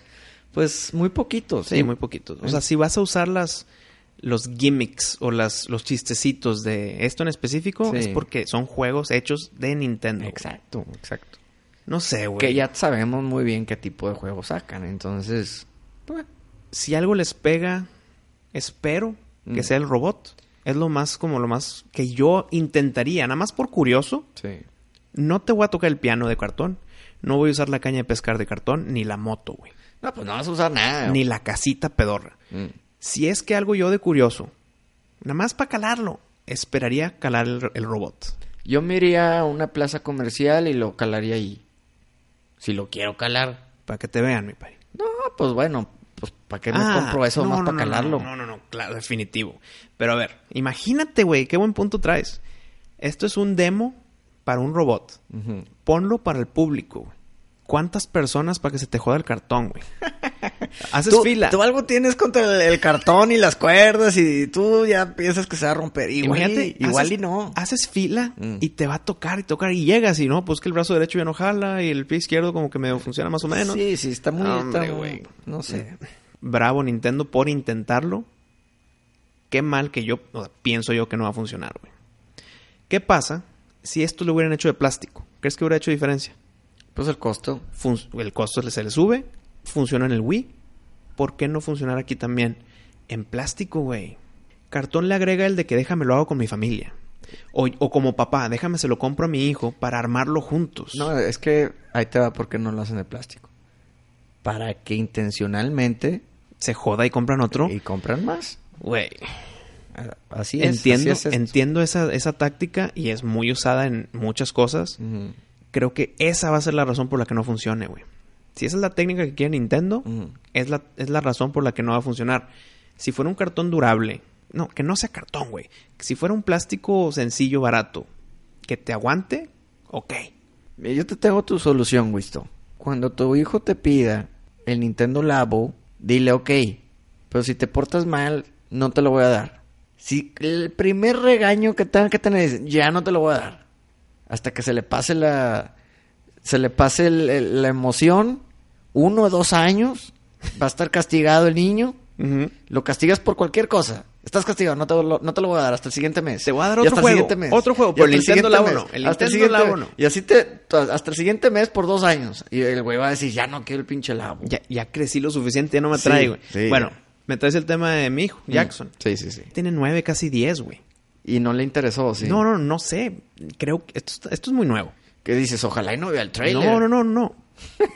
S5: Pues muy poquitos.
S3: Mm. Sí, muy poquitos. O sea, si vas a usar las los gimmicks o las los chistecitos de esto en específico
S5: Sí.
S3: es porque son juegos hechos de Nintendo. güey.
S5: Exacto, exacto.
S3: No sé, güey.
S5: Que ya sabemos muy bien qué tipo de juegos sacan, entonces... pues,
S3: Si algo les pega, espero que
S5: Mm.
S3: sea el robot. Es lo más como lo más que yo intentaría, nada más por curioso.
S5: Sí.
S3: No te voy a tocar el piano de cartón, no voy a usar la caña de pescar de cartón ni la moto, güey,
S5: No, pues no vas a usar nada.
S3: ni la casita pedorra.
S5: Mm.
S3: Si es que algo yo de curioso, nada más para calarlo, esperaría calar el, el robot.
S5: Yo me iría a una plaza comercial y lo calaría ahí. Si lo quiero calar.
S3: Para que te vean, mi pari.
S5: No, pues bueno, pues ¿para qué me
S3: Ah,
S5: compro eso
S3: no,
S5: más
S3: no,
S5: para
S3: no,
S5: calarlo?
S3: No, no, no, no, claro, definitivo. Pero a ver, imagínate, güey, qué buen punto traes. Esto es un demo para un robot.
S5: Ujú.
S3: Ponlo para el público. güey. ¿Cuántas personas para que se te joda el cartón, güey? Haces
S5: Tú,
S3: fila.
S5: tú algo tienes contra el, el cartón y las cuerdas y tú ya piensas que se va a romper. Igual,
S3: Imagínate,
S5: y, igual
S3: haces-
S5: y no.
S3: Haces fila
S5: Mm.
S3: y te va a tocar y tocar y llegas y no, pues que el brazo derecho ya no jala y el pie izquierdo como que medio funciona más o menos.
S5: Sí, sí, está muy... está
S3: Hombre,
S5: muy-
S3: güey.
S5: No sé.
S3: Bravo Nintendo por intentarlo. Qué mal que yo o sea, pienso yo que no va a funcionar, güey. ¿Qué pasa si esto lo hubieran hecho de plástico? ¿Crees que hubiera hecho diferencia?
S5: Pues el costo.
S3: Fun- el costo se le sube, funciona en el Wii. ¿Por qué no funcionar aquí también? En plástico, güey. Cartón le agrega el de que déjame lo hago con mi familia. O, o como papá, déjame se lo compro a mi hijo para armarlo juntos.
S5: No, eh. es que ahí te va porque no lo hacen de plástico. Para que intencionalmente
S3: se joda y compran otro.
S5: y compran más.
S3: Güey.
S1: Así es.
S3: entiendo,
S1: así es esto.
S3: entiendo esa, esa táctica y es muy usada en muchas cosas.
S1: Ujú,
S3: Creo que esa va a ser la razón por la que no funcione, güey. Si esa es la técnica que quiere Nintendo,
S1: ujú.
S3: es la, es la razón por la que no va a funcionar. Si fuera un cartón durable, no, que no sea cartón, güey. Si fuera un plástico sencillo, barato, que te aguante, ok.
S1: Mira, Yo te tengo tu solución, Wisto. Cuando tu hijo te pida el Nintendo Labo, dile ok, pero si te portas mal, no te lo voy a dar. Si el primer regaño que tenga que tener es, ya no te lo voy a dar. Hasta que se le pase la. Se le pase el- el- la emoción, uno o dos años, va a estar castigado el niño. Lo castigas por cualquier cosa. Estás castigado, no te, lo, no te lo voy a dar hasta el siguiente mes.
S3: Te voy a dar
S1: Y
S3: otro
S1: hasta el
S3: juego,
S1: siguiente mes.
S3: otro juego,
S1: Y
S3: pero
S1: hasta
S3: el Nintendo
S1: siguiente
S3: Labo
S1: mes.
S3: no, el
S1: Hasta
S3: Nintendo
S1: siguiente-
S3: Labo no.
S1: Y así te, hasta el siguiente mes por dos años. Y el güey va a decir, ya no quiero el pinche labo.
S3: Ya, ya crecí lo suficiente, ya no me
S1: Sí,
S3: atrae, güey.
S1: sí,
S3: bueno,
S1: ya.
S3: me traes el tema de mi hijo, Jackson.
S1: Sí, sí, sí.
S3: Tiene nueve, casi diez, güey.
S1: Y no le interesó, sí.
S3: No, no, no sé. Creo que esto, está- esto es muy nuevo.
S1: Que dices, ojalá y no vea el trailer.
S3: No, no, no, no.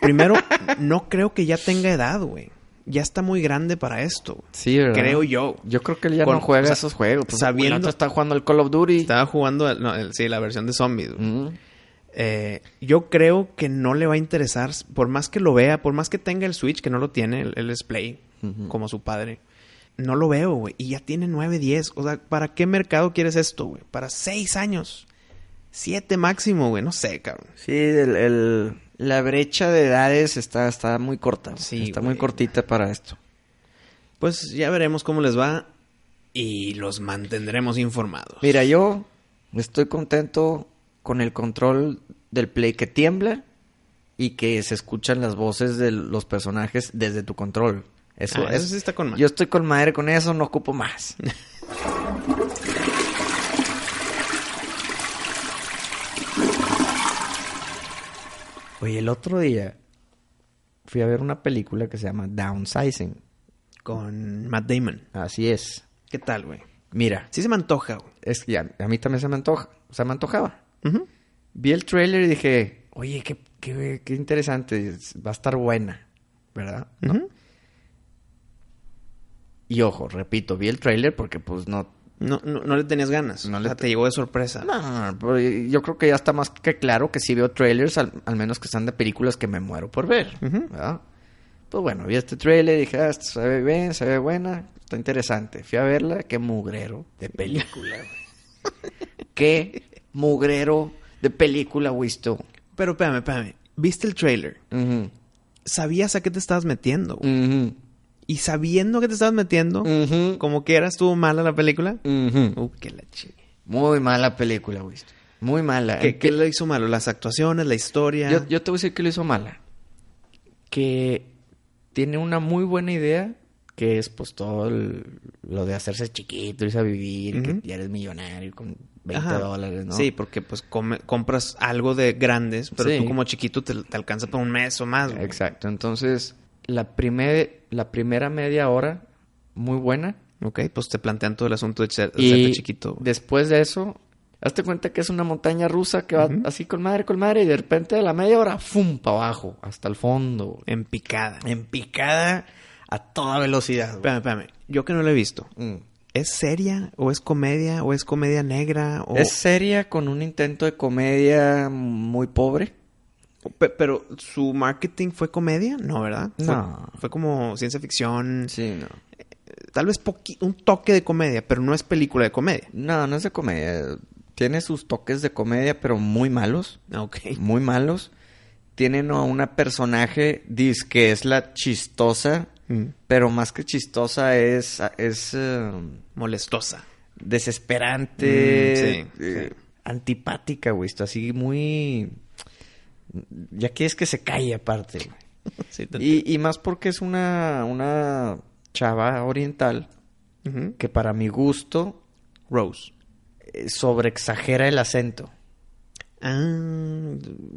S3: Primero, no creo que ya tenga edad, güey. Ya está muy grande para esto. güey.
S1: Sí, ¿verdad?
S3: Creo yo.
S1: Yo creo que él ya
S3: Con-
S1: no juega
S3: o sea,
S1: esos juegos. Pues,
S3: sabiendo-
S1: el otro está jugando el Call of Duty.
S3: Estaba jugando, el- no, el- sí, la versión de zombies. güey.
S1: Mm.
S3: Eh, yo creo que no le va a interesar, por más que lo vea, por más que tenga el Switch, que no lo tiene, el, el display, como su padre. No lo veo, güey. Y ya tiene 9, 10. O sea, ¿para qué mercado quieres esto, güey? Para 6 años. 7 máximo, güey. No sé, cabrón.
S1: Sí, el, el- la brecha de edades está, está muy corta.
S3: Sí,
S1: está
S3: güey.
S1: muy cortita para esto.
S3: Pues ya veremos cómo les va y los mantendremos informados.
S1: Mira, yo estoy contento con el control del play que tiembla y que se escuchan las voces de los personajes desde tu control. Eso,
S3: Ah, eso
S1: es-
S3: sí está con madre.
S1: Yo estoy con madre con eso, no ocupo más. Oye, el otro día fui a ver una película que se llama Downsizing.
S3: Con Matt Damon.
S1: Así es.
S3: ¿Qué tal, güey?
S1: Mira,
S3: Sí se me antoja, güey.
S1: es que a, a mí también se me antoja, se me antojaba.
S3: Ujú.
S1: Vi el trailer y dije, oye, qué, qué, qué interesante, es- va a estar buena, ¿verdad? ¿No?
S3: Ujú.
S1: Y ojo, repito, vi el trailer porque pues no...
S3: No, no, no le tenías ganas.
S1: No
S3: o
S1: le
S3: sea,
S1: te-
S3: te llegó de sorpresa.
S1: No, no, no, pero yo creo que ya está más que claro que si veo trailers, al, al menos que están de películas que me muero por ver,
S3: Ujú.
S1: ¿verdad? Pues bueno, vi este trailer y dije, ah, esto se ve bien, se ve buena, está interesante. Fui a verla, qué mugrero de película, güey. qué mugrero de película, Wisto.
S3: Pero espérame, espérame. ¿Viste el trailer?
S1: Ujú.
S3: Sabías a qué te estabas metiendo. güey.
S1: Ujú.
S3: Y sabiendo a qué te estabas metiendo,
S1: Ujú.
S3: como que era, estuvo mala la película.
S1: Ujú.
S3: Uh, que la chingue.
S1: Muy mala película, güey. Muy mala.
S3: ¿Qué, ¿Qué le hizo malo? ¿Las actuaciones? ¿La historia?
S1: Yo, yo te voy a decir que lo hizo mala. Que tiene una muy buena idea, que es pues todo el- lo de hacerse chiquito, irse a vivir,
S3: Ujú.
S1: que ya eres millonario con 20
S3: Ajá.
S1: dólares, ¿no?
S3: Sí, porque pues come- compras algo de grandes, pero
S1: Sí.
S3: tú como chiquito te, te alcanza para un mes o más. güey.
S1: Exacto. Entonces, la, primer, la primera media hora, muy buena.
S3: Ok, pues te plantean todo el asunto de ser, de
S1: Y
S3: hacerte chiquito. güey.
S1: después de eso, hazte cuenta que es una montaña rusa que va
S3: Ujú.
S1: así con madre, con madre, y de repente a la media hora, ¡fum! para abajo, hasta el fondo.
S3: En picada.
S1: En picada a toda velocidad.
S3: Espérame, espérame. Yo que no lo he visto.
S1: Mm.
S3: ¿Es seria? ¿O es comedia? ¿O es comedia negra? O...
S1: Es seria con un intento de comedia muy pobre.
S3: Pe- Pero su marketing fue comedia, ¿no, verdad? Fue-
S1: No.
S3: Fue, como ciencia ficción,
S1: Sí, no.
S3: tal vez poqui- un toque de comedia, pero no es película de comedia.
S1: No, no es de
S5: eh,
S1: comedia. Tiene sus toques de comedia, pero muy malos.
S3: Ah, Ok.
S1: Muy malos. Tienen a una personaje, diz que es la chistosa,
S3: Mm.
S1: pero más que chistosa es, es eh,
S3: Molestosa.
S1: desesperante,
S3: Mm, sí,
S1: eh,
S3: sí.
S1: antipática, güey. Está así muy... Ya quieres que se calle aparte, güey.
S3: Sí, te-
S1: Y, y más porque es una, una chava oriental
S3: Ujú.
S1: que para mi gusto
S3: Rose.
S1: eh, sobreexagera el acento.
S3: Ah,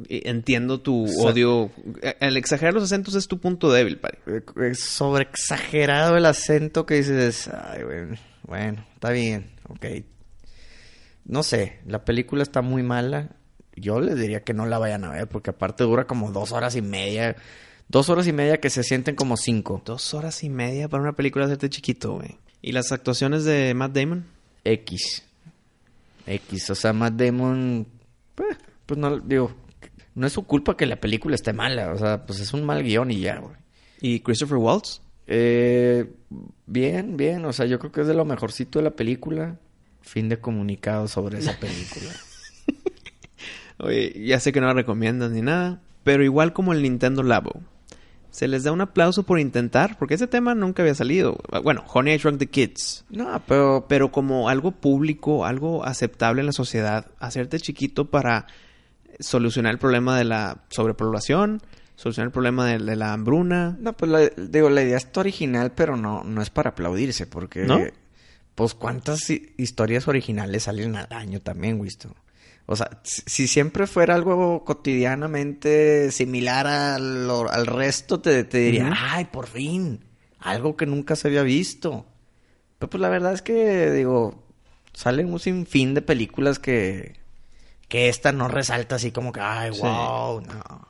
S3: y- entiendo tu
S1: Sa-
S3: odio. Eh, El exagerar los acentos es tu punto débil, pari.
S1: Eh, eh, Sobreexagerado el acento que dices, ay, güey, bueno, está bien, ok. No sé, la película está muy mala. Yo les diría que no la vayan a ver porque aparte dura como dos horas y media. Dos horas y media que se sienten como cinco.
S3: Dos horas y media para una película de hacerte chiquito, güey. ¿Y las actuaciones de Matt Damon?
S5: X. X, o sea, Matt Damon, eh, pues no, digo, no es su culpa que la película esté mala, o sea, pues es un mal guión y ya, güey.
S3: ¿Y Christopher Waltz?
S5: Eh, bien, bien, o sea, yo creo que es de lo mejorcito de la película. Fin de comunicado sobre esa película.
S3: Oye, ya sé que no la recomiendas ni nada, pero igual como el Nintendo Labo. Se les da un aplauso por intentar, porque ese tema nunca había salido. Bueno, Honey I Shrunk the Kids.
S5: no, pero,
S3: Pero como algo público, algo aceptable en la sociedad, hacerte chiquito para solucionar el problema de la sobrepoblación, solucionar el problema de, de la hambruna.
S5: no, pues la- digo, la idea está original, pero no, no es para aplaudirse, porque,
S3: ¿No?
S5: pues, cuántas hi- historias originales salen al año también, Wisto. O sea, si- si siempre fuera algo cotidianamente similar al, al resto, te, te diría,
S3: Ujú.
S5: ay, por fin, algo que nunca se había visto. Pero pues la verdad es que, digo, salen un sinfín de películas que, que esta no resalta así como que, ay,
S3: Sí.
S5: wow, no.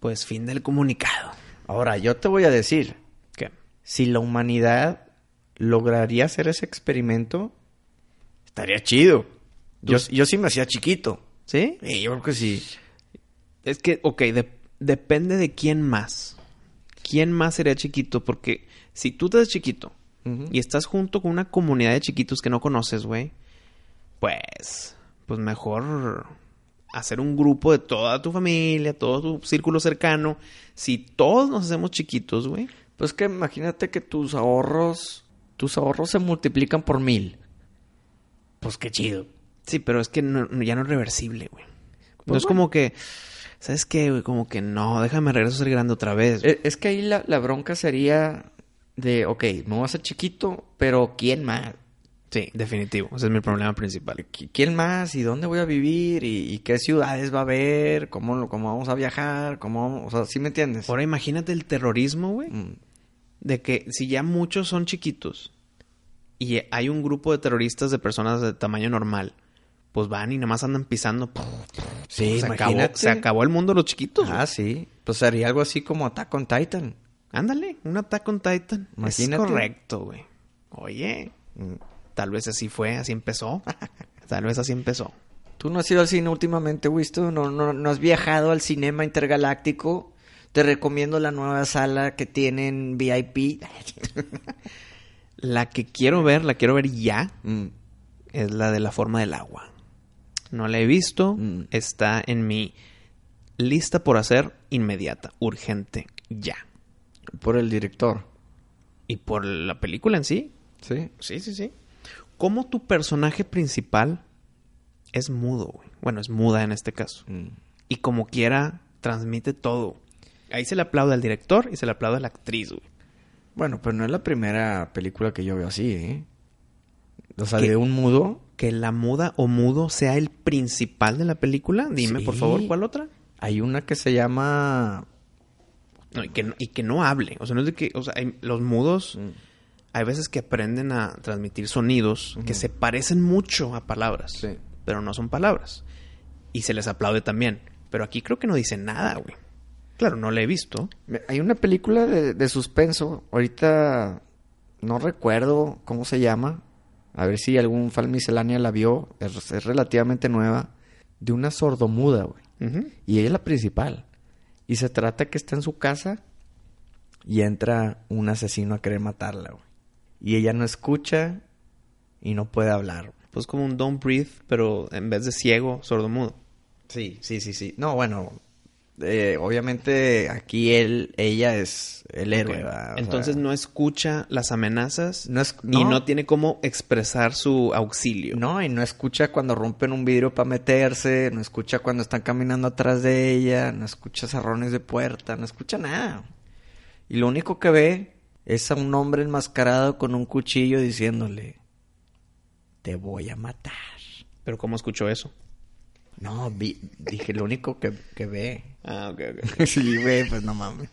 S3: Pues fin del comunicado.
S5: Ahora, yo te voy a decir,
S3: ¿Qué?
S5: si la humanidad lograría hacer ese experimento, estaría chido. Yo, yo sí me hacía chiquito.
S3: ¿Sí?
S5: Sí, yo creo que sí.
S3: Es que, ok, de- depende de quién más. ¿Quién más sería chiquito? Porque si tú te das chiquito y estás junto con una comunidad de chiquitos que no conoces, güey, pues, pues mejor hacer un grupo de toda tu familia, todo tu círculo cercano. Si todos nos hacemos chiquitos, güey.
S5: Pues que imagínate que tus ahorros, tus ahorros se multiplican por mil. Pues qué chido.
S3: Sí, pero es que no- no- ya no es reversible, güey. no
S5: Pues
S3: es como que, ¿sabes qué, güey? Como que no, déjame regreso a ser grande otra vez. güey.
S5: Eh, Es que ahí la, la bronca sería de, ok, me voy a hacer chiquito, pero ¿quién más?
S3: sí, definitivo. Ese es mi problema principal.
S5: ¿Qui- ¿Quién más? ¿Y dónde voy a vivir? ¿Y, y qué ciudades va a haber? ¿Cómo, lo- cómo vamos a viajar? ¿Cómo vamos- O sea, ¿sí me entiendes?
S3: Ahora imagínate el terrorismo, güey.
S5: Mm.
S3: De que si ya muchos son chiquitos y hay un grupo de terroristas de personas de tamaño normal, pues van y nada más andan pisando. puf,
S5: Sí,
S3: se, acabó,
S5: imagínate.
S3: se acabó el mundo de los chiquitos.
S5: Ah, sí. Pues sería algo así como Attack on Titan.
S3: güey. Ándale, un ataque on Titan.
S5: Imagínate. Mm.
S3: Es correcto, güey. Oye, tal vez así fue, así empezó. tal vez así empezó.
S5: Tú no has ido al cine últimamente, Wisto. No, no, no has viajado al cinema intergaláctico. Te recomiendo la nueva sala que tienen VIP.
S3: La que quiero ver, la quiero ver ya,
S5: Mm.
S3: es la de la forma del agua. No la he visto,
S5: Mm.
S3: está en mi lista por hacer inmediata, urgente, ya.
S5: Por el director.
S3: Y por la película en sí,
S5: Sí.
S3: sí, sí, sí. Como tu personaje principal es mudo, güey. Bueno, es muda en este caso.
S5: Mm.
S3: Y como quiera, transmite todo. Ahí se le aplaude al director y se le aplaude a la actriz, güey.
S5: Bueno, pero no es la primera película que yo veo así, ¿eh? O sea,
S3: ¿Qué?
S5: de un mudo.
S3: Que la muda o mudo sea el principal de la película. Dime, por
S5: Sí.
S3: favor, ¿cuál otra?
S5: Hay una que se llama...
S3: No, y, que no, y que no hable. O sea, no es de que. O sea, hay- los mudos.
S5: Mm.
S3: Hay veces que aprenden a transmitir sonidos que
S5: Ujú.
S3: se parecen mucho a palabras.
S5: Sí.
S3: Pero no son palabras. Y se les aplaude también. Pero aquí creo que no dice nada, güey. Claro, no la he visto.
S5: Me- Hay una película de, de suspenso. Ahorita no recuerdo cómo se llama. A ver si algún fan miscelánea la vio. Es, es relativamente nueva. De una sordomuda, güey. Y ella es la principal. Y se trata que está en su casa y entra un asesino a querer matarla, güey. Y ella no escucha y no puede hablar. güey.
S3: Pues como un don't breathe, pero en vez de ciego, sordomudo.
S5: Sí, sí, sí, sí. No, bueno, eh, obviamente aquí él, ella es el héroe.
S3: Ok.
S5: ¿verdad? O sea,
S3: Entonces no escucha las amenazas
S5: No es-
S3: y
S5: no.
S3: no tiene cómo expresar su auxilio.
S5: No, y no escucha cuando rompen un vidrio para meterse, no escucha cuando están caminando atrás de ella, no escucha cerrones de puerta, no escucha nada. Y lo único que ve es a un hombre enmascarado con un cuchillo diciéndole, te voy a matar.
S3: Pero ¿cómo escuchó eso?
S5: No, vi- dije, lo único que, que ve.
S3: Ah, ok, ok.
S5: sí, güey, pues no mames.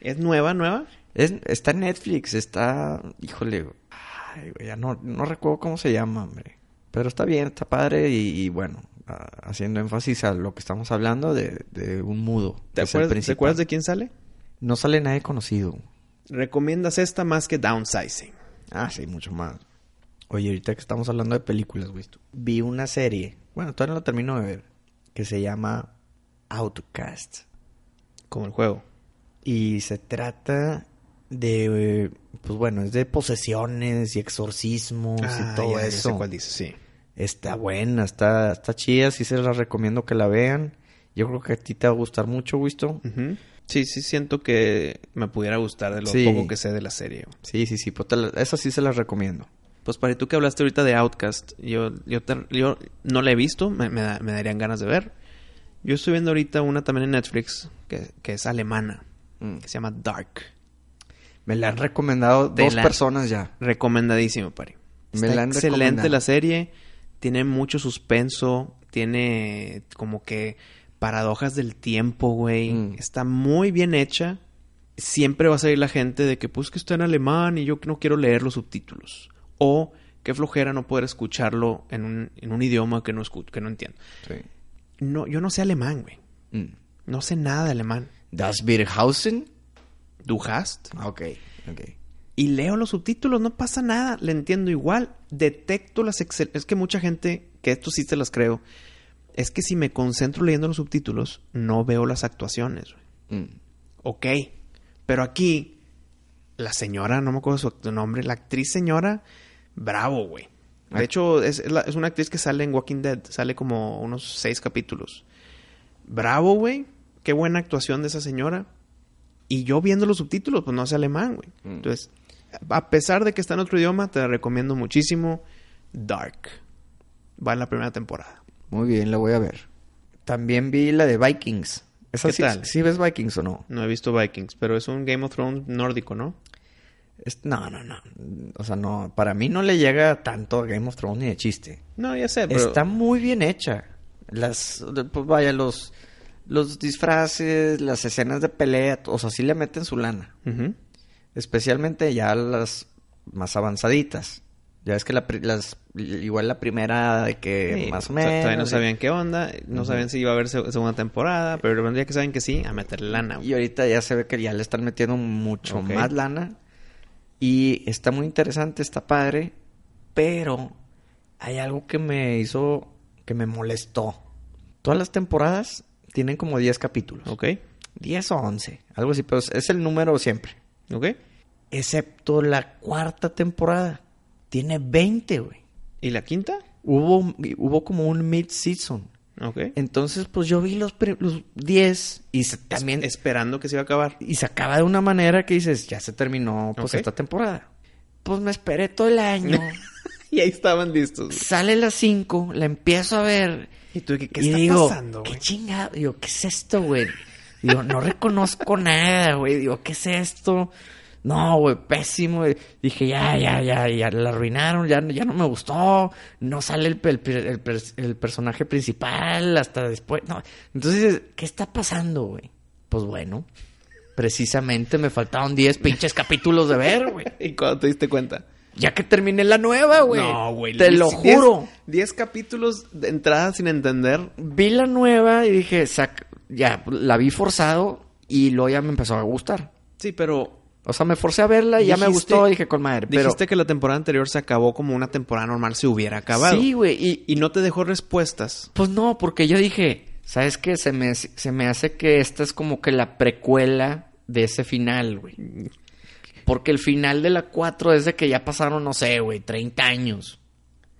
S3: ¿Es nueva, nueva?
S5: Es- está en Netflix, está... Híjole, ay, güey, ya no, no recuerdo cómo se llama, hombre. Pero está bien, está padre y, y bueno, a- haciendo énfasis a lo que estamos hablando de, de un mudo. que
S3: ¿Te
S5: es el
S3: acuerdas, ¿Te
S5: principal.
S3: acuerdas de quién sale?
S5: No sale nadie conocido.
S3: ¿Recomiendas esta más que Downsizing?
S5: Ah, sí, mucho más.
S1: Oye, ahorita que estamos hablando de películas, güey. Vi una serie, bueno, todavía no la termino de ver, que se llama Outcast.
S3: Como el juego.
S1: Y se trata de, eh, pues bueno, es de posesiones y exorcismos y todo
S3: Ah, ya, ya
S1: eso.
S3: sé cuál dice, sí.
S1: Está buena, está, está chida, sí se la recomiendo que la vean. Yo creo que a ti te va a gustar mucho, Wisto.
S3: Ujú. Sí, sí siento que me pudiera gustar de lo
S1: Sí.
S3: poco que sé de la serie. güey.
S1: Sí, sí, sí, pues te la- esa sí se la recomiendo.
S3: Pues para tú que hablaste ahorita de Outcast, yo, yo, te- yo no la he visto, me, me da- me darían ganas de ver. Yo estoy viendo ahorita una también en Netflix que, que es alemana, que se llama Dark.
S1: Mm. Me la han recomendado
S3: De
S1: dos
S3: la-
S1: personas ya.
S3: Recomendadísimo, Pari.
S1: Me
S3: Está
S1: la han
S3: excelente
S1: recomendado.
S3: la serie. Tiene mucho suspenso. Tiene como que paradojas del tiempo, güey.
S1: Mm.
S3: Está muy bien hecha. Siempre va a salir la gente de que, pues, que está en alemán y yo no quiero leer los subtítulos. O qué flojera no poder escucharlo en un, en un idioma que no, escu- que no entiendo. No, yo no sé alemán, güey.
S1: Mm.
S3: No sé nada de alemán.
S1: Das Birhausen.
S3: ¿Du hast?
S1: Ok, ok.
S3: y leo los subtítulos, no pasa nada, le entiendo igual, detecto las excel... Es que mucha gente, que esto sí te las creo, es que si me concentro leyendo los subtítulos, no veo las actuaciones. güey.
S1: Mm.
S3: Ok, pero aquí, la señora, no me acuerdo su act- nombre, la actriz señora, bravo, güey.
S1: Ah.
S3: De hecho, es, la- es una actriz que sale en Walking Dead, sale como unos seis capítulos. Bravo, güey. Qué buena actuación de esa señora. Y yo viendo los subtítulos, pues no sé alemán, güey.
S1: Mm.
S3: Entonces, a pesar de que está en otro idioma, te la recomiendo muchísimo. Dark. Va en la primera temporada.
S1: Muy bien, la voy a ver. También vi la de Vikings. ¿Esa
S3: ¿Qué
S1: sí,
S3: tal?
S1: sí ves Vikings o no?
S3: No he visto Vikings, pero es un Game of Thrones nórdico, ¿no?
S1: Es- no, no, no. O sea, no. Para mí no le llega tanto a Game of Thrones ni de chiste.
S3: No, ya sé, pero...
S1: Está muy bien hecha. Las, pues vaya, los, los disfraces, las escenas de pelea, o sea, sí le meten su lana.
S3: Ujú.
S1: Especialmente ya las más avanzaditas. Ya es que la, pri- las, igual la primera de que
S3: Sí,
S1: más o
S3: Eh, o
S1: menos.
S3: sea, Todavía no
S1: y-
S3: sabían qué onda, no
S1: Ujú.
S3: sabían si iba a haber se- segunda temporada, pero el día que saben que sí, a meterle lana. güey.
S1: Y ahorita ya se ve que ya le están metiendo mucho
S3: Ok.
S1: más lana. Y está muy interesante, está padre. Pero hay algo que me hizo, que me molestó. Todas las temporadas tienen como 10 capítulos.
S3: Ok,
S1: 10 o 11, algo así, pero es- es el número siempre.
S3: ok.
S1: Excepto la cuarta temporada. Tiene 20, güey.
S3: ¿Y la quinta?
S1: Hubo, hubo como un mid-season.
S3: Ok.
S1: Entonces, pues yo vi los pri- los 10 y se- también...
S3: Esperando que se iba a acabar.
S1: Y se acaba de una manera que dices, ya se terminó pues
S3: Ok.
S1: esta temporada. Pues me esperé todo el año.
S3: Y ahí estaban listos. güey.
S1: sale las 5, la empiezo a ver.
S3: Y tú, ¿qué, qué
S1: y
S3: está
S1: digo,
S3: pasando,
S1: ¿qué
S3: güey?
S1: chingado? Digo, ¿qué es esto, güey? Digo, no reconozco nada, güey. Digo, ¿qué es esto? No, güey, pésimo. güey. Dije, ya, ya, ya, ya la arruinaron, ya, ya no me gustó. No sale el, pel- el, pers- el personaje principal hasta después. No. Entonces, dices, ¿qué está pasando, güey? Pues bueno, precisamente me faltaron 10 pinches capítulos de ver, güey.
S3: ¿Y cuando te diste cuenta?
S1: Ya que terminé la nueva, güey.
S3: No, güey.
S1: Te
S3: diez-
S1: lo
S3: diez-
S1: juro.
S3: Diez capítulos de entrada sin entender.
S1: Vi la nueva y dije, sac- ya, la vi forzado y luego ya me empezó a gustar.
S3: Sí, pero...
S1: O sea, me forcé a verla y ya me
S3: dijiste-
S1: gustó y dije, con madre, pero...
S3: Dijiste que la temporada anterior se acabó como una temporada normal se hubiera acabado.
S1: Sí, güey, y,
S3: Y no te dejó respuestas.
S1: pues no, porque yo dije, ¿sabes qué? Se me, se me hace que esta es como que la precuela de ese final, güey. Porque el final de la 4 es de que ya pasaron, no sé, güey, 30 años.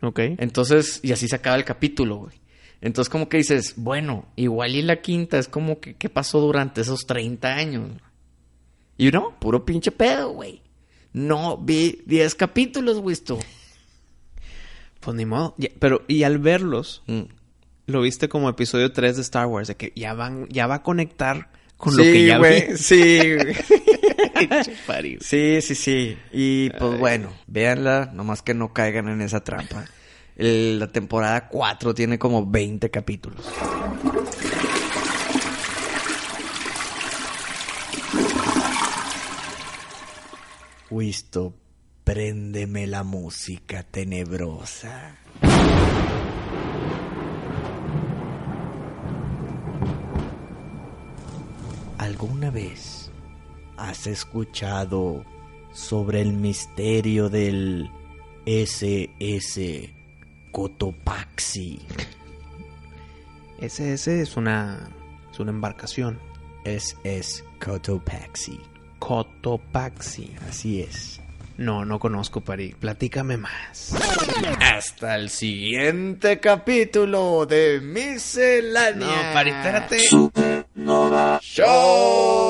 S3: Ok.
S1: Entonces, y así se acaba el capítulo, güey. Entonces, como que dices, bueno, igual y la quinta es como que, ¿qué pasó durante esos 30 años? Y no, puro pinche pedo, güey. No vi 10 capítulos, güey, esto.
S3: Pues ni modo. Ya- pero, y al verlos,
S1: Mm.
S3: lo viste como episodio 3 de Star Wars, de que ya van, ya va a conectar con lo que ya vi.
S1: Sí,
S3: Pari, güey.
S1: sí, sí, sí. Y pues bueno, véanla, nomás que no caigan en esa trampa. El- la temporada 4 tiene como 20 capítulos. Wisto, préndeme la música tenebrosa. ¿Alguna vez has escuchado sobre el misterio del
S4: SS Cotopaxi.
S3: SS es una, es una embarcación.
S4: SS Cotopaxi.
S3: Cotopaxi.
S4: Así es.
S3: No, no conozco, Pari. Platícame más.
S4: Hasta el siguiente capítulo de Miscelánea.
S3: No, Pari, espérate.
S6: Supernova.
S4: Show.